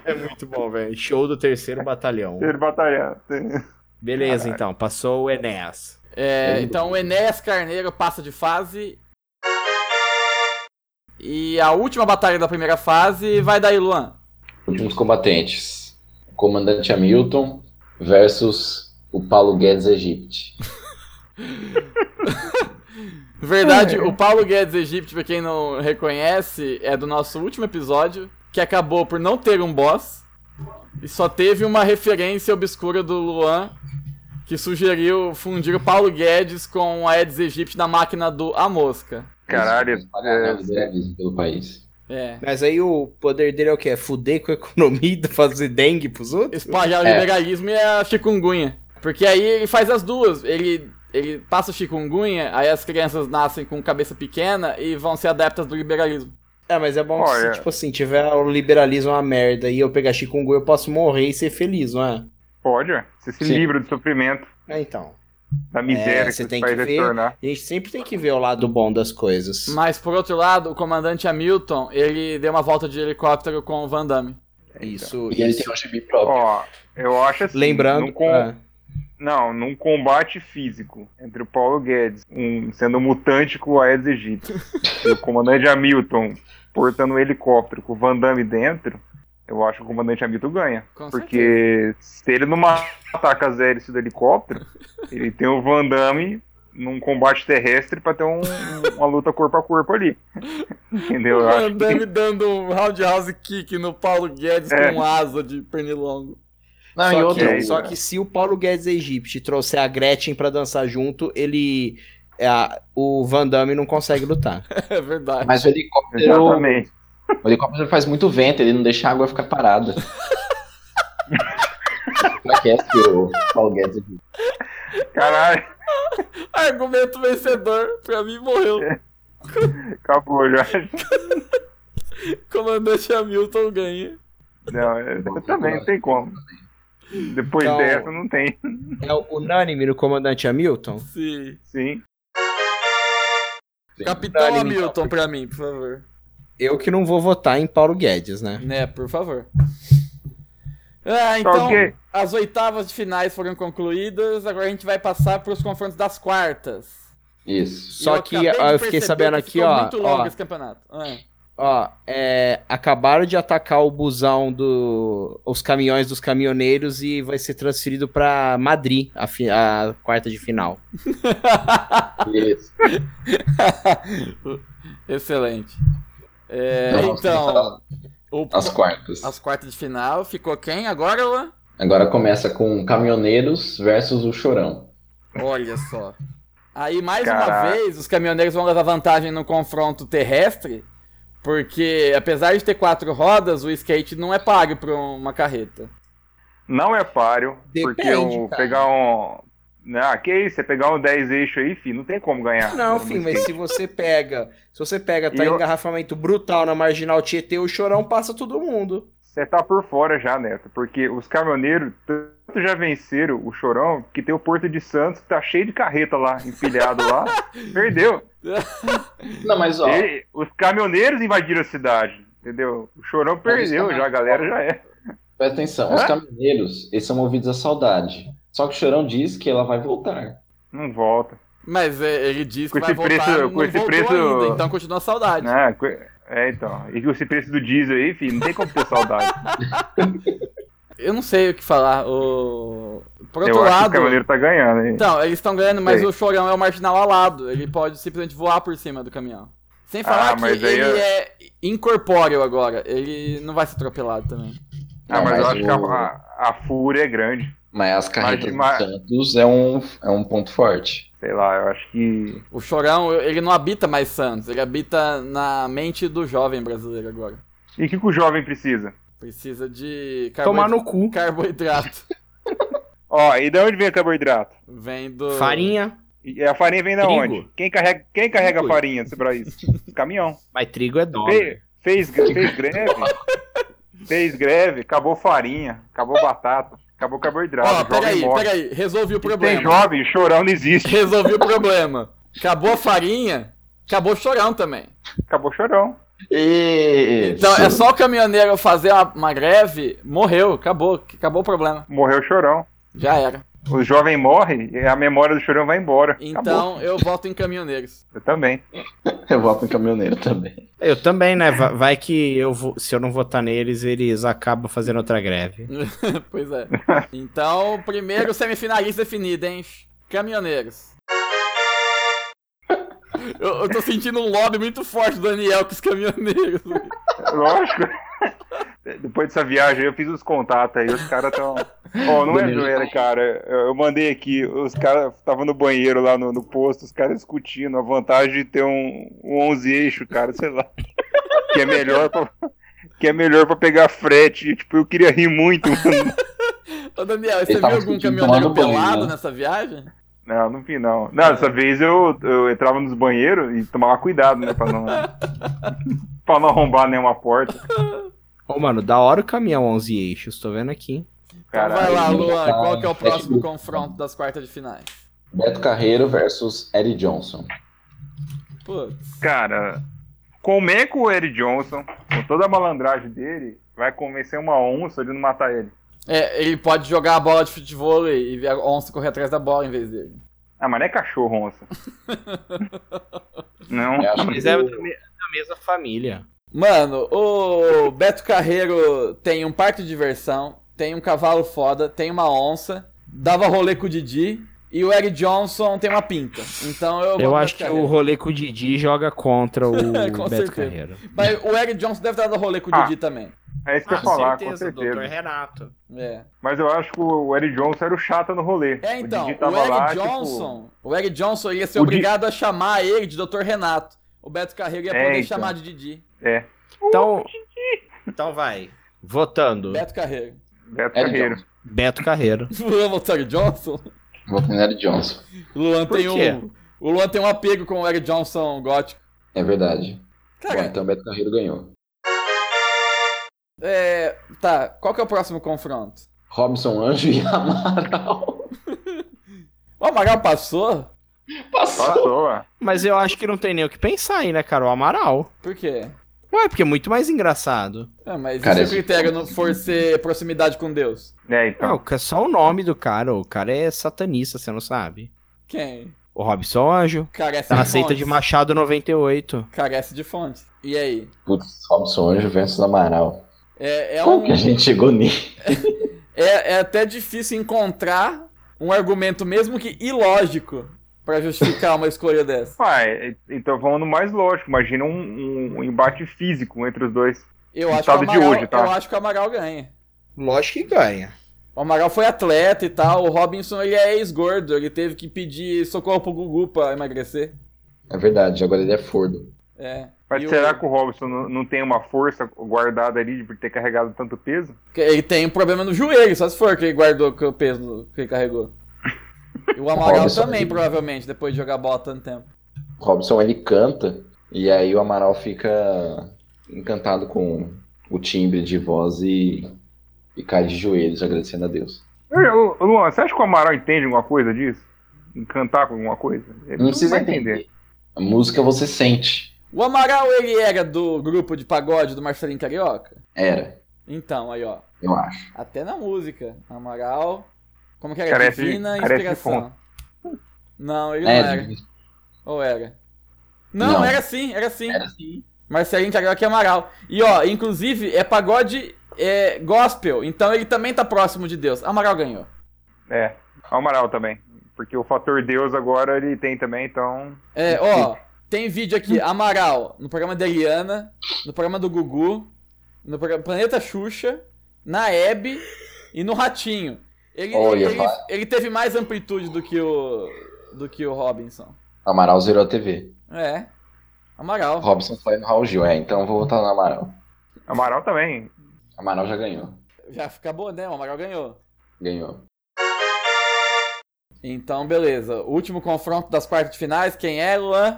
E: é muito bom, velho. Show do terceiro batalhão.
D: Ser batalhado.
E: Beleza, então. Passou o Enéas.
B: É,
C: É.
B: então o Enéas Carneiro passa de fase. E a última batalha da primeira fase vai daí, Luan.
C: Últimos combatentes. Comandante Hamilton versus o Paulo Guedes Egipte.
B: Verdade, o Paulo Guedes Egipte, pra quem não reconhece, é do nosso último episódio, que acabou por não ter um boss. E só teve uma referência obscura do Luan, que sugeriu fundir o Paulo Guedes com a Edis Egipte na máquina do A Mosca.
D: Caralho.
C: Isso espalhar
D: é,
C: o liberalismo pelo país.
B: É.
E: Mas aí o poder dele é o quê? É fuder com a economia e fazer dengue pros outros?
B: Espalhar o
C: É.
B: liberalismo e a chikungunya. Porque aí ele faz as duas. Ele, ele passa o chikungunya, aí as crianças nascem com cabeça pequena e vão ser adeptas do liberalismo.
E: É, mas é bom que se,
D: Olha.
E: tipo assim, tiver o liberalismo uma merda e eu pegar chikungunya, eu posso morrer e ser feliz, não é?
D: Pode, ué. Você se
C: Sim.
D: livra do sofrimento,
E: É, então.
D: da miséria
E: É,
D: que
E: você
D: o
E: tem
D: país
E: que
D: vai se
E: ver.
D: tornar.
E: A gente sempre tem que ver o lado bom das coisas.
B: Mas por outro lado, o comandante Hamilton, ele deu uma volta de helicóptero com o Van Damme.
E: Isso,
C: E ele
E: isso.
C: tem um gibi próprio.
D: Ó, eu acho assim.
E: Lembrando...
D: num então. com-
E: Ah,
D: Não, num combate físico entre o Paulo Guedes, um sendo um mutante com o Aedes aegypti, e o comandante Hamilton portando um helicóptero com o Van Damme dentro, eu acho que o comandante Hamilton ganha.
B: Com certeza.
D: Porque se ele não ataca as hélices do helicóptero, ele tem o Van Damme num combate terrestre pra ter um- uma luta corpo a corpo ali. Entendeu?
B: o
D: Eu acho
B: Van
D: que-
B: Damme dando um roundhouse kick no Paulo Guedes
D: É.
B: com um asa de pernilongo.
C: Não,
E: só,
C: e
E: que,
C: outro.
D: outra-
E: Ah,
B: né?
E: só que se o Paulo Guedes Egipte trouxer a Gretchen pra dançar junto, ele... é, a- o Van Damme não consegue lutar.
B: É verdade.
C: Mas o helicóptero.
D: Exatamente.
C: O helicóptero faz muito vento, ele não deixa a água ficar parada. Aquece é o Paulo Guedes Egito.
D: Caralho,
B: Argumento vencedor, pra mim morreu.
D: acabou já.
B: Comandante Hamilton ganha.
D: Não, eu também não tem como. Depois
E: Então-
D: dessa não tem,
E: É o unânime no comandante Hamilton?
B: Sim.
D: sim.
B: Capitão
E: Unânime,
B: Hamilton pra mim, por favor.
E: Eu que não vou votar em Paulo Guedes, né?
B: Né, por favor. Ah, então,
D: Tá Ok.
B: as oitavas de finais foram concluídas, agora a gente vai passar pros confrontos das quartas.
C: Isso.
E: Só
B: E
E: que
B: acabei de
E: ó, eu fiquei
B: perceber
E: sabendo
B: que
E: aqui,
B: ficou
E: ó,
B: muito longo
E: ó.
B: esse campeonato. Ah,
E: Ó, é, acabaram de atacar o busão do os caminhões dos caminhoneiros e vai ser transferido pra Madrid a, fi- a quarta de final.
C: Isso.
B: Excelente. É,
C: Então,
B: então, o-
C: As quartas.
B: as quartas de final ficou quem agora, Luan?
C: Agora começa com Caminhoneiros versus o Chorão.
B: Olha só. Aí, mais uma
D: Caraca.
B: vez, os caminhoneiros vão levar vantagem no confronto terrestre, porque apesar de ter quatro rodas, o skate não é pago pra uma carreta.
D: Não é páreo, porque
E: Depende,
D: eu
E: cara.
D: pegar um. Ah, que isso? Você pegar um 10 eixo aí, fi, não tem como ganhar.
E: Não, filho, mas se você pega, se você pega, tá
D: E eu-
E: engarrafamento brutal na marginal Tietê, o chorão passa todo mundo.
D: Você tá por fora já, Neto, porque os caminhoneiros tanto já venceram o Chorão que tem o Porto de Santos que tá cheio de carreta lá, empilhado lá. Perdeu.
C: Não, mas ó,
D: E os caminhoneiros invadiram a cidade, entendeu? O Chorão perdeu já, a galera já é.
C: presta atenção. Os caminhoneiros, eles são movidos à saudade. Só que o Chorão diz que ela vai voltar.
D: Não volta.
B: Mas é, ele diz que
D: Com
B: vai
D: esse preço-
B: voltar,
D: com
B: não
D: esse
B: voltou
D: preço-
B: ainda, então continua a saudade.
D: Ah, co- é, então. E com esse preço do diesel aí, filho, não tem como ter saudade.
B: Eu não sei o que falar. O... Por outro
D: Eu acho que o
B: lado.
D: caminhoneiro tá ganhando, hein?
B: Então, eles estão ganhando, mas
D: Sei.
B: o Chorão é o marginal alado. Ele pode simplesmente voar por cima do caminhão. Sem falar
D: Ah,
B: que
D: mas aí
B: ele
D: eu-
B: é incorpóreo agora. Ele não vai ser atropelado também.
D: Ah, mas,
C: Não,
D: eu
C: mas
D: acho que a,
C: o-
D: a, a fúria é grande.
C: Mas as carretas
D: Mas-
C: do Santos é um, é um ponto forte.
D: Sei lá, eu acho que.
B: O Chorão, ele não habita mais Santos. Ele habita na mente do jovem brasileiro agora.
D: E o que, que o jovem precisa?
B: Precisa de
E: Tomar no cu.
B: carboidrato.
D: Ó, e de onde vem o carboidrato?
B: Vem do.
E: Farinha.
D: E a farinha vem da
E: Trigo.
D: onde? Quem carrega, quem carrega a
E: Trigo.
D: farinha pra isso? Caminhão.
E: Mas trigo é dólar.
D: Fe- fez, gre- fez greve? fez greve, acabou farinha, acabou batata, acabou carboidrato.
B: Ó,
D: o jovem
B: peraí,
D: morre.
B: peraí. Resolvi o
D: Se Tem
B: problema.
D: jovem, o chorão não existe.
B: Resolvi o problema. Acabou a farinha, acabou o Chorão também.
D: Acabou o chorão.
C: Isso.
B: Então, é só o caminhoneiro fazer uma, uma greve, morreu, acabou, acabou o problema.
D: Morreu o chorão.
B: Já era.
D: O jovem morre e a memória do chorão vai embora. Acabou.
B: Então eu voto em caminhoneiros.
D: Eu também.
C: Eu voto no caminhoneiro também.
E: Eu também, né? Va- Vai que eu vou, se eu não votar neles, eles acabam fazendo outra greve.
B: pois é. Então, primeiro semifinalista definido, hein? Caminhoneiros. Eu, eu tô sentindo um lobby muito forte do Daniel com os caminhoneiros.
D: Lógico. Depois dessa viagem, eu fiz os contatos aí, os caras tão. Ó, não é
C: Beleza.
D: zoeira, cara. Eu eu mandei aqui, os caras estavam no banheiro lá no, no posto, os caras discutindo a vantagem de ter um, um 11 eixo, cara, sei lá. Que é melhor pra, que é melhor pra pegar frete. E, Tipo, eu queria rir muito, mano.
B: Ô Daniel,
C: Ele
B: você viu
C: tava
B: algum
C: sentindo
B: caminhoneiro
C: tomando banho,
B: pelado
C: né?
B: nessa viagem?
D: Não, não vi não. Não,
B: É.
D: dessa vez eu, eu entrava nos banheiros e tomava cuidado, né, pra não. pra não arrombar nenhuma porta.
E: Ô, mano, da hora o caminhão 11 eixos, tô vendo aqui.
B: Então
D: Caralho.
B: vai lá,
C: ele
B: Luan,
C: tá
B: qual que é o próximo
C: Facebook.
B: confronto das quartas de finais?
C: Beto Carreiro versus Eric Johnson.
B: Putz.
D: Cara, como é que o Eric Johnson, com toda a malandragem dele, vai convencer uma onça de não matar ele?
B: É, ele pode jogar a bola de futebol e ver a onça correr atrás da bola em vez dele.
D: Ah, mas não é cachorro, onça. não.
C: Eu acho
E: Mas
C: que
E: é da,
C: o-
E: me- da mesma família.
B: Mano, o Beto Carreiro tem um parque de diversão, tem um cavalo foda, tem uma onça, dava rolê com o Didi e o Eric Johnson tem uma pinta. Então eu vou
E: eu
B: no
E: acho
B: Beto
E: que
B: Carreiro.
E: o rolê com o Didi joga contra o
B: Com
E: Beto
B: certeza.
E: Carreiro.
B: Mas o Eric Johnson deve estar dando rolê com o
D: Ah.
B: Didi também.
D: É isso que eu ia falar, com certeza.
E: Dr. Renato.
B: É.
D: Mas eu acho que o Eric Johnson era o chato no rolê.
B: É, então, o,
D: o Didi
B: Eric
D: tava lá, tipo,
B: Johnson, o Eric Johnson ia ser
D: O Di-
B: obrigado a chamar ele de Dr. Renato. O Beto Carreiro ia
D: É,
B: poder
D: então.
B: chamar de Didi.
D: É,
E: Então, então vai. Votando.
B: Beto Carreiro.
D: Beto
C: Eric
D: Carreiro.
C: Johnson.
E: Beto Carreiro.
B: Luan Walter Johnson?
C: Voto no Eric Johnson.
B: Luan
E: Por
B: tem
E: quê?
B: um. O Luan tem um apego com o Eric Johnson gótico.
C: É verdade. Bom,
B: Cara,
C: então Beto Carreiro ganhou.
B: é. Tá, qual que é o próximo confronto?
C: Robson Anjo e Amaral.
B: O Amaral passou?
C: Passou.
D: Passou, ó.
E: Mas eu acho que não tem nem o que pensar aí, né, cara? O Amaral.
B: Por quê?
E: Ué, porque é muito mais engraçado.
B: Ah, mas
C: Cara,
B: e se
C: esse-
B: o critério não for ser proximidade com Deus?
D: É,
E: Não,
D: então.
E: é só o nome do cara. O cara é satanista, você não sabe.
B: Quem?
E: O Robson Anjo.
B: Carece
E: Tá
B: de
E: na seita
B: fontes.
E: de Machado 98.
B: Carece de fontes. E aí?
C: Putz, Robson Anjo versus Amaral.
B: É, é,
C: Como
B: um,
C: que a gente chegou nisso?
B: é, é até difícil encontrar um argumento, mesmo que ilógico, pra justificar uma escolha dessa.
D: Pai, então vamos no mais lógico. Imagina um, um embate físico entre os dois.
B: Eu acho, que o
D: Estado de
B: Amaral,
D: hoje, tá?
B: eu acho que o Amaral ganha.
H: Lógico que ganha.
B: O Amaral foi atleta e tal. O Robinson ele é ex-gordo. Ele teve que pedir socorro pro Gugu pra emagrecer.
C: É verdade, agora ele é fordo.
B: É.
D: Mas
B: E o-
D: será que o Robson não, não tem uma força guardada ali de ter carregado tanto peso?
B: que Ele tem um problema no joelho, só se for que ele guardou que o peso que ele carregou. E o Amaral
C: Robinson.
B: também, provavelmente, depois de jogar bola tanto tempo.
C: O Robson ele canta e aí o Amaral fica encantado com o timbre de voz e, e cai de joelhos agradecendo a Deus.
D: Ô, ô, Luan, você acha que o Amaral entende alguma coisa disso? Encantar com alguma coisa? Ele
C: Não precisa
D: vai
C: entender. A música você sente.
B: O Amaral, ele era do grupo de pagode do Marcelinho Carioca?
C: Era,
B: Então, aí ó.
C: eu acho.
B: Até na música. Amaral. Como que era?
D: Carece-
B: Divina
D: carece de
B: inspiração. Não, ele não
C: É,
B: era. Ou era? Não,
C: Não.
B: era sim, era sim.
C: era assim.
B: Marcelinho Tiago que é Amaral. E ó, inclusive é pagode é, gospel, então ele também tá próximo de Deus. Amaral ganhou.
D: É, Amaral também. Porque o fator Deus agora ele tem também, então.
B: É, ó, tem vídeo aqui, Amaral, no programa da Eliana, no programa do Gugu, no programa Planeta Xuxa, na Hebe e no Ratinho. Ele,
C: Olha,
B: ele,
C: vai.
B: ele teve mais amplitude do que o do que o Robinson.
C: Amaral zerou a TV.
B: É. Amaral.
C: Robson foi no Raul Gil, é, então eu vou votar no Amaral.
D: Amaral também.
C: Amaral já ganhou.
B: Já acabou, né? O Amaral ganhou.
C: Ganhou.
B: Então, beleza. Último confronto das quartas de finais, quem é, Luan?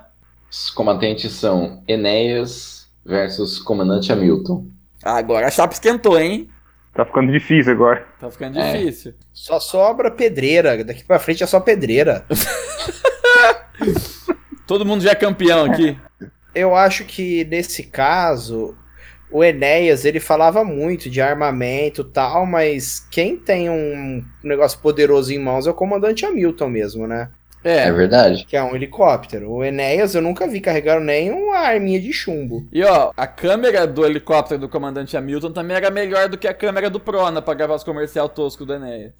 C: Os combatentes são Enéas versus Comandante Hamilton.
B: Agora a chapa esquentou, hein?
D: Tá ficando difícil agora.
B: Tá ficando
C: É.
B: difícil.
E: Só sobra pedreira. Daqui pra frente é só pedreira.
B: Todo mundo já é campeão aqui.
E: Eu acho que nesse caso, o Enéas ele falava muito de armamento e tal, mas quem tem um negócio poderoso em mãos é o comandante Hamilton mesmo, né?
C: É
B: É.
C: verdade.
E: Que é um helicóptero. O Enéas eu nunca vi carregar nem uma arminha de chumbo.
B: E ó, a câmera do helicóptero do comandante Hamilton também era melhor do que a câmera do Prona pra gravar os comercial tosco do Enéas.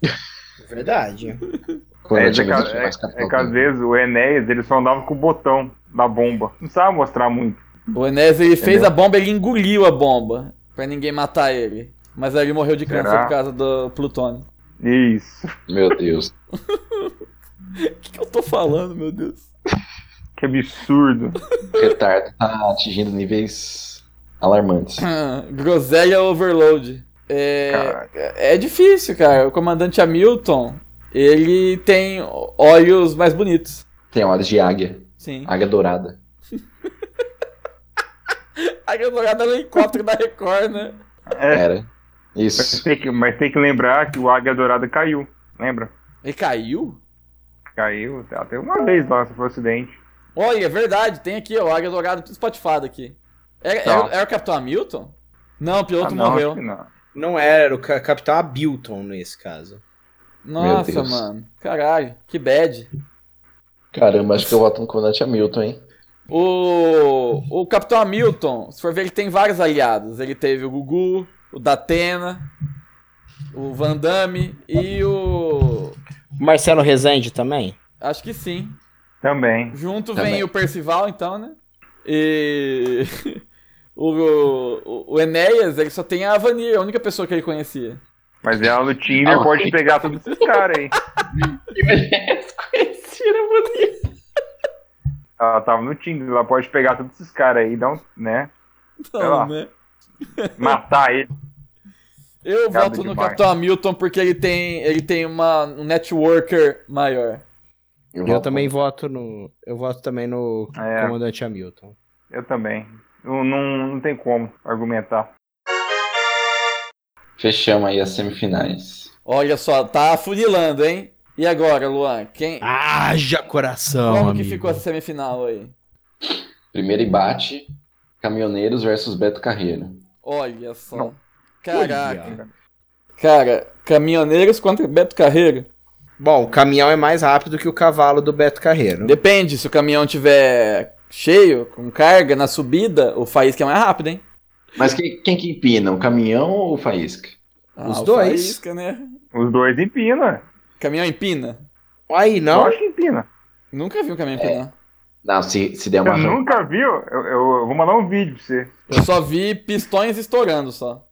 E: Verdade.
D: É,
C: Comandante
D: é,
C: Hamilton
D: ca-
C: foi
D: é,
C: mais
D: é
C: capitão.
D: que às vezes o Enéas ele só andava com o botão da bomba. Não precisava mostrar muito.
B: O Enéas ele fez a bomba, ele engoliu a bomba pra ninguém matar ele. Mas aí ele morreu de câncer
D: Será?
B: por causa do plutônio.
D: Isso.
C: Meu Deus.
B: O que, que eu tô falando, meu Deus?
D: Que absurdo.
C: O retardo tá atingindo níveis alarmantes.
B: Groselha overload. É,
D: Caralho.
B: é difícil, cara. O comandante Hamilton, ele tem olhos mais bonitos.
C: Tem olhos de águia.
B: Sim.
C: Águia dourada.
B: A Gasolada no helicóptero da Record, né?
C: Era.
D: Mas
C: Isso.
D: tem, que, mas tem que lembrar que o Águia Dourada caiu. Lembra?
B: Ele caiu?
D: Caiu até uma vez lá, se foi um acidente.
B: Olha, é verdade, tem aqui, ó, a Águia Dourada tudo espatifado aqui. Era, era-
D: Tá.
B: era o Capitão Hamilton? Não, o
D: Ah,
B: piloto
D: não, acho
B: morreu.
D: que não.
E: Não era, era o ca- capitão Hamilton nesse caso.
B: Nossa,
C: Deus.
B: mano. Caralho, que bad.
C: Caramba, acho que eu voto no comandante Hamilton, hein?
B: O, o Capitão Hamilton, se for ver, ele tem vários aliados. Ele teve o Gugu, o Datena, o Van Damme e o...
E: Marcelo Rezende também?
B: Acho que sim.
D: Também.
B: Junto
C: Também.
B: vem o Percival, então, né? E. o, o, o Enéas, ele só tem a Vanir, a única pessoa que ele conhecia.
D: Mas ela no Tinder
C: Ah,
D: pode pegar todos esses caras aí. Ela tava no Tinder, ela pode pegar todos esses caras aí, e dar um, né? Sei
B: Então,
D: lá.
B: né?
D: Matar ele.
B: Eu
D: Cabe
B: voto no
D: demais.
B: Capitão Hamilton porque ele tem, ele tem uma, um networker maior.
E: Eu,
C: voto-
E: também voto no. Eu voto também no
D: É.
E: comandante Hamilton.
D: Eu também. Eu não, não tem como argumentar.
C: Fechamos aí as semifinais.
B: Olha só, tá afunilando, hein? E agora, Luan? Quem,
E: Haja coração,
B: como
E: Ah, amigo.
B: que ficou essa semifinal aí?
C: Primeiro embate, Caminhoneiros versus Beto Carreiro.
B: Olha só.
D: Não.
B: Caraca. Cara, caminhoneiros contra Beto Carreiro.
E: Bom, o caminhão é mais rápido que o cavalo do Beto Carreiro.
B: Depende, se o caminhão tiver cheio, com carga, na subida, o faísca é mais rápido, hein?
C: Mas quem, quem que empina, o caminhão ou o faísca?
E: Os
B: Ah, o
E: dois.
B: Faísca, né?
D: Os dois empina.
B: Caminhão empina?
E: Aí
D: Eu
E: não.
D: acho que empina.
B: Nunca vi um
D: É.
B: caminhão empinar.
C: Não, se, se der uma
D: Você nunca viu? Eu, eu- eu vou mandar um vídeo pra você.
B: Eu só vi pistões estourando só.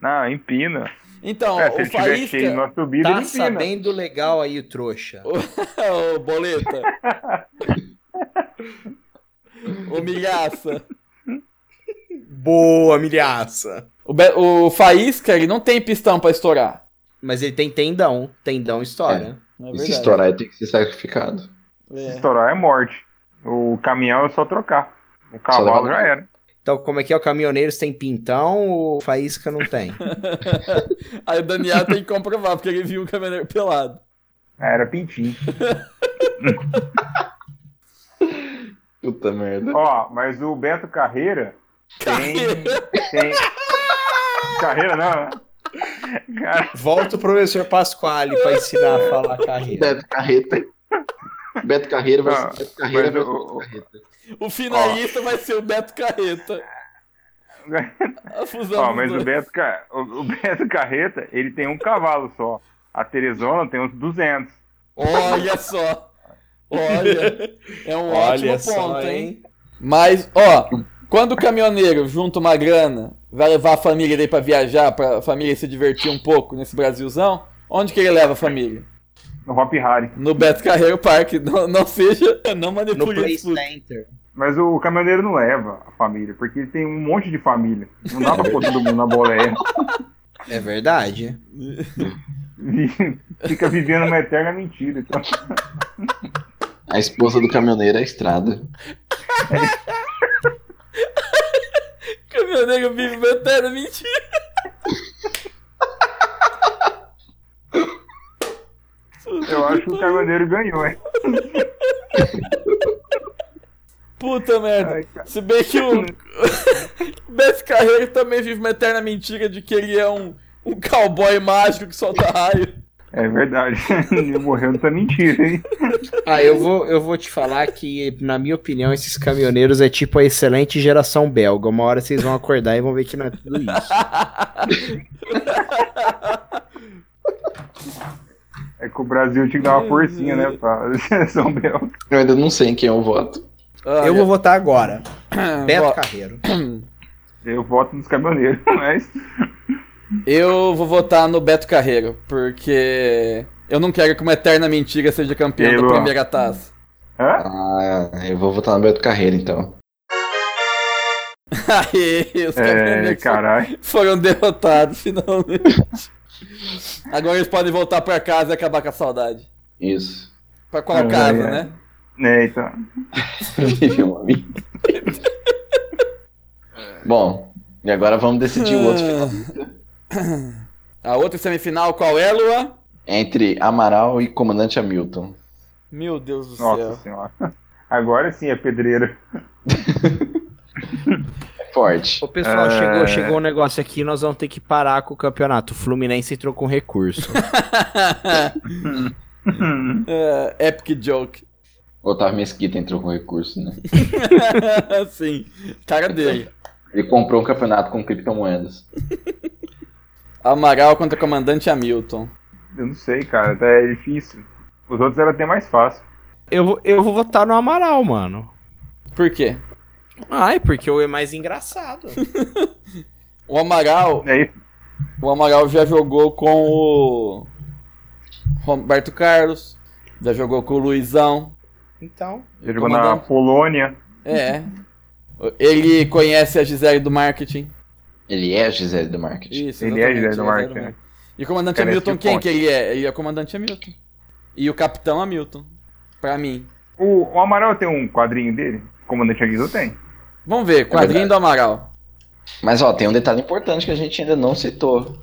D: Não, empina.
B: Então,
D: é, se
B: o
D: ele tiver cheio
B: faísca.
D: na subida,
E: Tá
D: ele empina.
E: sabendo legal aí, o trouxa.
B: Ô, boleta. Ô, milhaça.
E: Boa, milhaça.
B: O, Be- o faísca, ele não tem pistão pra estourar.
E: Mas ele tem tendão. Tendão estoura.
B: Não é
C: E se
B: verdade.
C: estourar, ele tem que ser sacrificado.
D: Se
B: É.
D: estourar é morte. O caminhão é só trocar. O
C: Só
D: cavalo
C: levar-
D: já era.
E: Então, como é que é? O caminhoneiro tem pintão, o faísca não tem.
B: Aí o Daniel tem que comprovar, porque ele viu o caminhoneiro pelado.
D: Era pintinho.
C: Puta merda.
D: Ó, mas o Beto Carreira tem. tem... Carreira não, né? Cara,
E: Volta o professor Pasquale pra ensinar a falar carreira.
C: Beto Carreta. Beto Carreiro vai
D: Ah,
C: ser Beto Carreiro. é
D: mas
C: vai
D: o-
C: ser Beto Carreiro.
B: O finalista vai ser o Beto Carreta. A fusão.
D: Ó,
B: dos
D: mas
B: dois.
D: o Beto, Ca- o o Beto Carreta, ele tem um cavalo só. A Teresona tem uns 200.
B: Olha só. Olha. É um ótimo
E: Olha
B: ponto,
E: só,
B: hein?
E: hein?
B: Mas, ó, quando o caminhoneiro junta uma grana, vai levar a família dele pra viajar, pra família se divertir um pouco nesse Brasilzão, onde que ele leva a família?
D: No Hop Harry.
B: No Beto Carreiro Park. Não, não seja, não
H: No
B: manipule
H: Play
B: isso. tudo.
H: Center.
D: Mas o caminhoneiro não leva a família, porque ele tem um monte de família. Não dá pra pôr todo mundo na boleia.
H: É verdade.
D: E Fica vivendo uma eterna mentira. Então,
C: A esposa do caminhoneiro é a estrada.
B: O caminhoneiro vive uma eterna mentira.
D: eu acho que o caminhoneiro ganhou, hein?
B: Puta merda.
D: Ai, cara.
B: Se bem que o Beto Carreiro também vive uma eterna mentira de que ele é um, um cowboy mágico que solta raio.
D: É verdade. Ele morreu nessa mentira, hein?
H: Ah, eu vou, eu vou te falar que, na minha opinião, esses caminhoneiros é tipo a excelente geração belga. Uma hora vocês vão acordar e vão ver que não é tudo isso.
D: É que o Brasil tinha que dar uma forcinha, né? Pra seleção belga.
C: Eu ainda não sei em quem eu voto.
H: Eu vou votar agora.
B: Olha,
H: Beto
B: ó,
H: Carreiro.
D: Eu voto nos caminhoneiros, mas.
B: Eu vou votar no Beto Carreiro, porque eu não quero que uma eterna mentira seja campeã da
D: Eu-
B: primeira taça.
D: Hã?
C: Ah, eu vou votar no Beto Carreiro, então.
B: Aê, os
D: É,
B: caminhoneiros
D: caralho.
B: foram derrotados, finalmente. Agora eles podem voltar pra casa e acabar com a saudade.
C: Isso.
B: Pra qual
D: Ai,
B: casa,
D: ai.
B: né?
D: É, então.
C: Vive uma vida. Bom, e agora vamos decidir o outro final.
B: A outra semifinal, qual é, Luan?
C: Entre Amaral e Comandante Hamilton.
B: Meu Deus do
D: Nossa
B: céu.
D: senhora. Agora sim é pedreiro.
C: É forte.
E: Ô, pessoal,
D: É.
E: chegou, chegou um negócio aqui, nós vamos ter que parar com o campeonato. O Fluminense entrou com recurso.
B: É, epic joke.
C: O Otávio Mesquita entrou com recurso, né?
B: Sim, cara dele.
C: Ele comprou um campeonato com criptomoedas.
B: Amaral contra comandante Hamilton.
D: Eu não sei, cara. tá- É difícil. Os outros era até mais fácil.
E: eu, vou- eu vou votar no Amaral, mano.
B: Por quê?
E: Ai, porque o é mais engraçado.
B: O Amaral,
D: E aí,
B: O Amaral já jogou com o Roberto Carlos, já jogou com o Luizão.
H: Então,
D: ele jogou na
B: Comandante.
D: Polônia.
B: É. Ele conhece a Gisele do marketing.
C: Ele é a Gisele do marketing.
B: Isso,
D: Ele é a
B: exatamente,
D: Gisele do marketing,
B: E o comandante
D: Parece
B: Hamilton,
D: que
B: quem
D: pode.
B: que ele é? Ele é o comandante Hamilton. E o capitão Hamilton, pra mim.
D: O, o Amaral tem um quadrinho dele? O comandante Aguizo tem.
B: Vamos ver, quadrinho
D: É
C: verdade.
B: do Amaral.
C: Mas ó, tem um detalhe importante que a gente ainda não citou.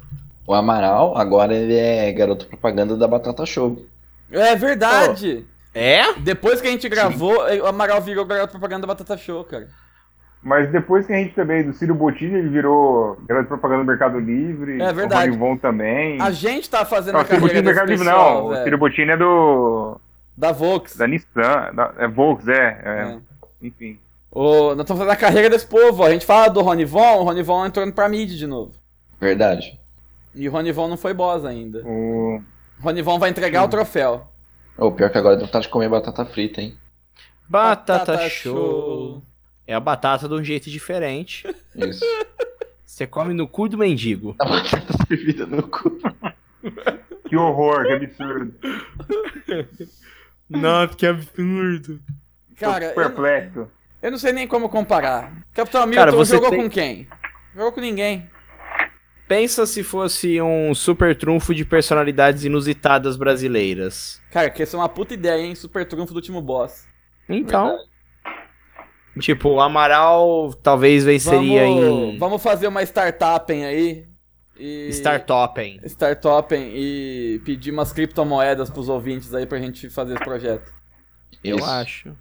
C: O Amaral agora ele é garoto propaganda da Batata Show.
B: É verdade!
E: É?
B: Depois que a gente gravou, eh, o Amaral virou garoto propaganda da Batata Show, cara.
D: Mas depois que a gente também, do Ciro Bottini, ele virou grande propaganda do Mercado Livre.
B: É verdade.
D: O Ron Von também.
B: A gente tá fazendo
D: Não,
B: a
D: o Ciro
B: carreira
D: Bottini do Mercado
B: desse
D: Livre
B: pessoal,
D: não. O Ciro
B: velho.
D: Bottini é do.
B: Da Vox.
D: da Nissan. da- é Volks, é. é,
B: É.
D: Enfim.
B: Ô, nós estamos fazendo a carreira desse povo, ó. A gente fala do Ronivon, o Ronivon entrando pra mid de novo.
C: Verdade.
B: E o Ronivon não foi boss ainda.
D: O...
B: O Ronivon vai entregar o troféu.
C: O pior que agora dá vontade de comer batata frita, hein?
E: Batata, show. É a batata de um jeito diferente.
C: Isso.
E: Você come no cu do mendigo.
C: A batata servida no cu.
D: Que horror, que absurdo.
E: Nossa, que absurdo.
B: Cara,
D: Tô
B: eu,
D: perplexo.
B: eu não sei nem como comparar. Capitão Hamilton
E: Cara, você
B: jogou
E: tem-
B: com quem? Jogou com ninguém.
E: Pensa se fosse um super trunfo de personalidades inusitadas brasileiras.
B: Cara, que isso é uma puta ideia, hein? Super trunfo do último boss.
E: Então. Tipo, o Amaral talvez venceria
B: vamos,
E: em
B: vamos fazer uma startupem aí. E...
E: Startup, hein?
B: Startupem e pedir umas criptomoedas pros ouvintes aí pra gente fazer esse projeto.
E: Eu
C: Isso.
E: acho.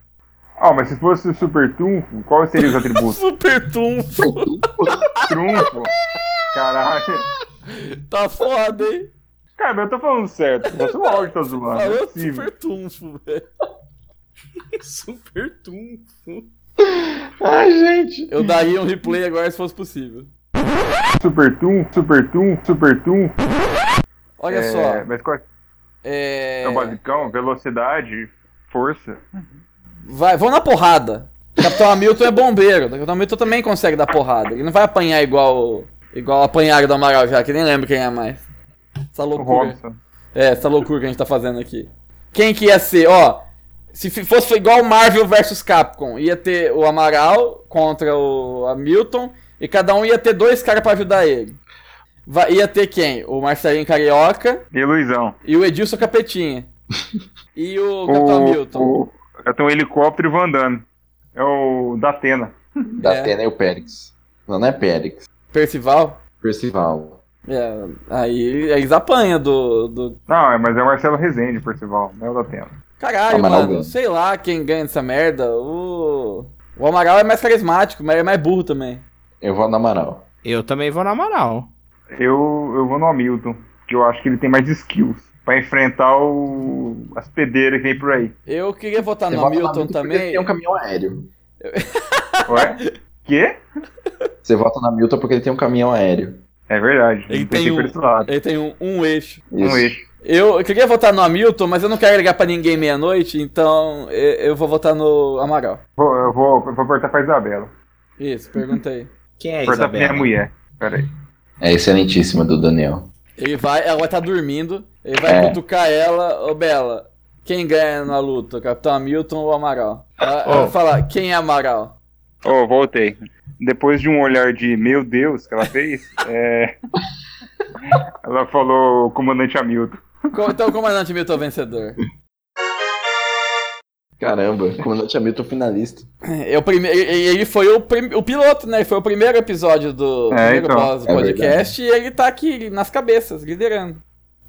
D: Ah, mas se fosse o super trunfo, quais seriam os atributos?
B: Super trunfo!
D: trunfo? Caralho.
B: Tá foda, hein? Ah,
D: Cara, mas eu tô falando certo. Só o áudio tá zoando. não é
B: Falou
D: possível.
B: super trunfo, velho.
H: Super trunfo.
C: Ai, gente.
B: Eu daria um replay agora se fosse possível.
D: Super Tum, Super Tum, Super Tum.
B: Olha
D: É,
B: só.
D: Mas qual é,
B: É...
D: o basicão? Velocidade, força.
B: Vai, vão na porrada. Capitão Hamilton é bombeiro. Capitão Hamilton também consegue dar porrada. Ele não vai apanhar igual igual apanharam do Amaral já, que nem lembro quem é mais. Essa
D: O
B: loucura.
D: Robson.
B: É, essa loucura que a gente tá fazendo aqui. Quem que ia ser, ó? Se fi- fosse igual Marvel vs Capcom, ia ter o Amaral contra o Hamilton e cada um ia ter dois caras pra ajudar ele. Vai- ia ter quem? O Marcelinho Carioca
D: E Luizão.
B: e o Edilson Capetinha. E o Capitão Hamilton.
D: O, o, eu tenho um helicóptero vandando. É o da Atena.
C: Da
B: É.
C: Atena é o Périx. Não, não é Périx.
B: Percival.
C: Percival.
B: É, aí eles apanham do, do.
D: Não, é, mas é o Marcelo Rezende, Percival. Não é o da Atena.
B: Caralho,
C: Amaral
B: mano.
C: ganha.
B: Sei lá quem ganha essa merda. O. O Amaral é mais carismático, mas é mais burro também.
C: Eu vou na Amaral.
E: Eu também vou na Amaral.
D: Eu, eu vou no Hamilton, que eu acho que ele tem mais skills pra enfrentar o, as pedreiras que tem por aí.
B: Eu queria votar
C: Eu
B: Ah, no
C: vou na
B: Hamilton
C: porque ele
B: também.
C: tem um caminhão aéreo.
D: Ué? Quê?
C: Você vota na Milton porque ele tem um caminhão aéreo.
D: É verdade.
B: Ele tem
D: não pensei por
B: um-
D: esse lado.
B: Ele tem um, um eixo.
D: Um
C: Isso.
D: eixo.
B: Eu, eu queria votar no Hamilton, mas eu não quero ligar pra ninguém meia-noite, então eu, eu vou votar no Amaral.
D: Vou, eu vou, eu vou portar pra Isabela.
B: Isso, pergunta aí.
E: Quem é
D: portar pra minha
E: Isabela?
D: mulher. Pera aí.
C: É excelentíssima do Daniel.
B: Ele vai, ela vai estar dormindo, ele vai
C: É.
B: cutucar ela, ô Bela, quem ganha na luta, Capitão Hamilton ou Amaral? Ela, ela
E: Oh.
B: fala, quem é Amaral?
D: Ô, voltei. Depois de um olhar de meu Deus que ela fez, é, ela falou comandante Hamilton.
B: Co- Então o comandante Hamilton é o vencedor.
C: Caramba, comandante Hamilton finalista.
B: Eu É, prime... e- e- Ele foi o, prim- o piloto, né? Ele foi o primeiro episódio do
D: É,
B: primeiro
D: então.
B: pós-
C: É
B: podcast e ele tá aqui nas cabeças, liderando.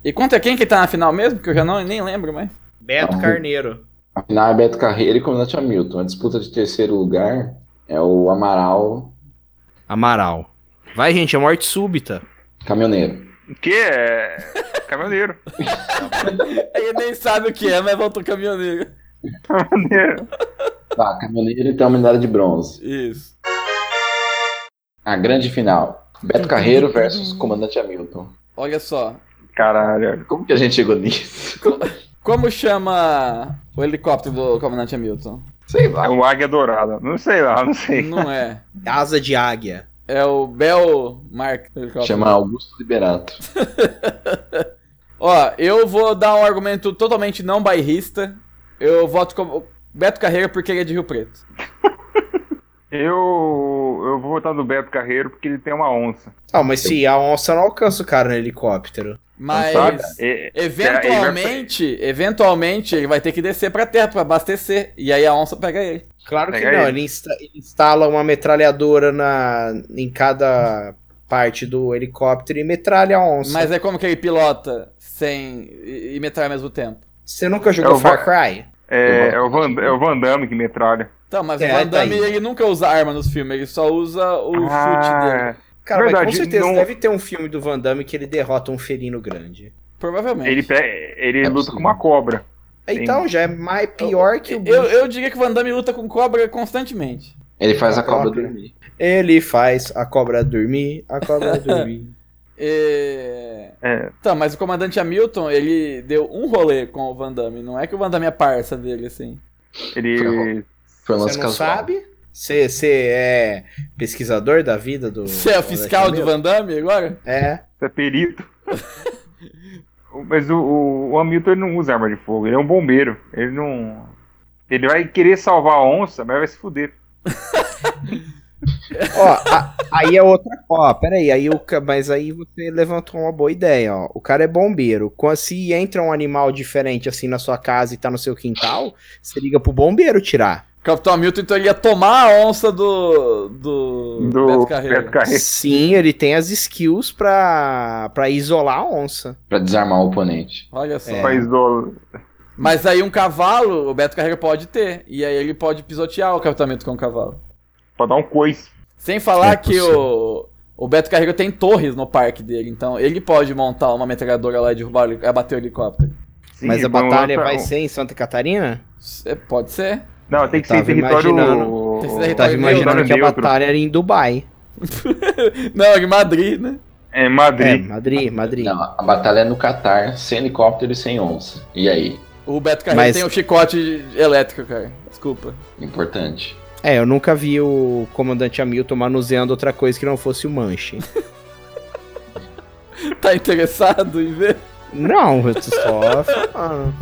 B: E contra quem que tá na final mesmo? Que eu já não, nem lembro mais.
E: Beto
C: Não.
E: Carneiro.
C: A final é Beto Carreira e comandante Hamilton. A disputa de terceiro lugar é o Amaral
E: Amaral. Vai, gente, é morte súbita.
C: Caminhoneiro.
D: Que é caminhoneiro.
B: Ele nem sabe o que é, mas voltou caminhoneiro.
D: Caminhoneiro.
C: Tá, Caminhoneiro tem uma medalha de bronze.
B: Isso.
C: A grande final. Beto Carreiro versus comandante Hamilton.
B: Olha só.
D: Caralho.
C: Como que a gente chegou nisso?
B: Como chama o helicóptero do comandante Hamilton?
C: Sei
D: É
C: lá.
D: o Águia Dourada. Não sei lá, não sei.
B: Não é.
H: Asa de águia.
B: É o Bell Mark helicóptero.
C: Chama Augusto Liberato.
B: Ó, eu vou dar um argumento totalmente não bairrista. Eu voto como Beto Carreira porque ele é de Rio Preto.
D: Eu, eu vou votar no Beto Carreiro porque ele tem uma onça.
H: Ah, mas se a onça não alcança o cara no helicóptero.
B: Mas
D: Sabe? É-
B: eventualmente, eventualmente ele vai ter que descer pra terra pra abastecer e aí a onça pega ele.
H: Claro que
D: Pega
H: não,
D: aí.
H: ele, insta- ele instala uma metralhadora na, em cada parte do helicóptero e metralha a onça.
B: Mas é como que ele pilota sem e, e metralha ao mesmo tempo.
H: Você nunca jogou
D: Eu vou-
H: Far Cry?
D: É, é o Van, é o Van Damme que metralha.
B: Então, mas
H: É,
B: o Van
H: tá aí.
B: Damme ele nunca usa arma nos filmes, ele só usa o chute dele.
D: Ah,
H: Cara, mas
D: Verdade,
H: com certeza
D: não-
H: deve ter um filme do Van Damme que ele derrota um felino grande.
B: Provavelmente.
D: ele pe- ele
C: É
D: luta
C: possível.
D: com uma cobra.
H: Então já é mais pior que o bicho.
B: Eu, eu diria que o Van Damme luta com cobra constantemente.
C: Ele faz a cobra
H: Cobra.
C: dormir.
H: Ele faz a cobra dormir, a cobra dormir.
B: É...
D: É.
B: Tá, mas o comandante Hamilton, ele deu um rolê com o Van Damme. Não é que o Van Damme é parça dele, assim.
D: Ele.
C: Foi um lance
H: Você não
C: casual.
H: sabe? Você você é pesquisador da vida do.
B: Você é o fiscal do
H: Alexandre?
B: Van Damme agora?
H: É.
D: Você é perito. Mas o, o, o Hamilton ele não usa arma de fogo, ele é um bombeiro. Ele não. Ele vai querer salvar a onça, mas vai se fuder.
H: Ó, a- aí é outra. Ó, peraí, aí o, ca- mas aí você levantou uma boa ideia, ó. O cara é bombeiro. Quando, se entra um animal diferente assim na sua casa e tá no seu quintal, você liga pro bombeiro tirar.
B: Capitão Hamilton, então, ele ia tomar a onça do... Do,
D: Do
B: Hum, Beto Carreiro.
D: Beto Carreiro.
H: Sim, ele tem as skills pra, pra isolar a onça.
C: Pra desarmar o oponente.
B: Olha só.
H: É.
D: Pra isolar-
B: Mas aí um cavalo, o Beto Carreiro pode ter. E aí ele pode pisotear o Capitão Hamilton com o cavalo.
D: Pra dar um coice.
B: Sem falar
E: É
B: que o... O Beto Carreiro tem torres no parque dele, então ele pode montar uma metralhadora lá e derrubar, o heli- abater o helicóptero.
D: Sim,
E: Mas a
D: põe um
E: batalha
D: lança-
E: vai
D: um-
E: ser em Santa Catarina?
B: É, pode ser.
D: Não, tem que ser em
E: Tava
D: território.
E: imaginando.
B: Tem que ser
E: Eu tava
B: Território
E: imaginando
D: neutro.
E: que a batalha era em Dubai.
B: Não, é em Madrid, né?
D: É,
E: É,
D: Madrid.
E: Madrid, Madrid.
C: Não, a batalha é no Catar, sem helicóptero e sem onça. E aí?
B: O Beto Carreiro
E: Mas-
B: tem um chicote elétrico, cara. Desculpa.
C: Importante.
E: É, eu nunca vi o comandante Hamilton manuseando outra coisa que não fosse o manche.
B: Tá interessado em ver?
E: não, eu tô só falando.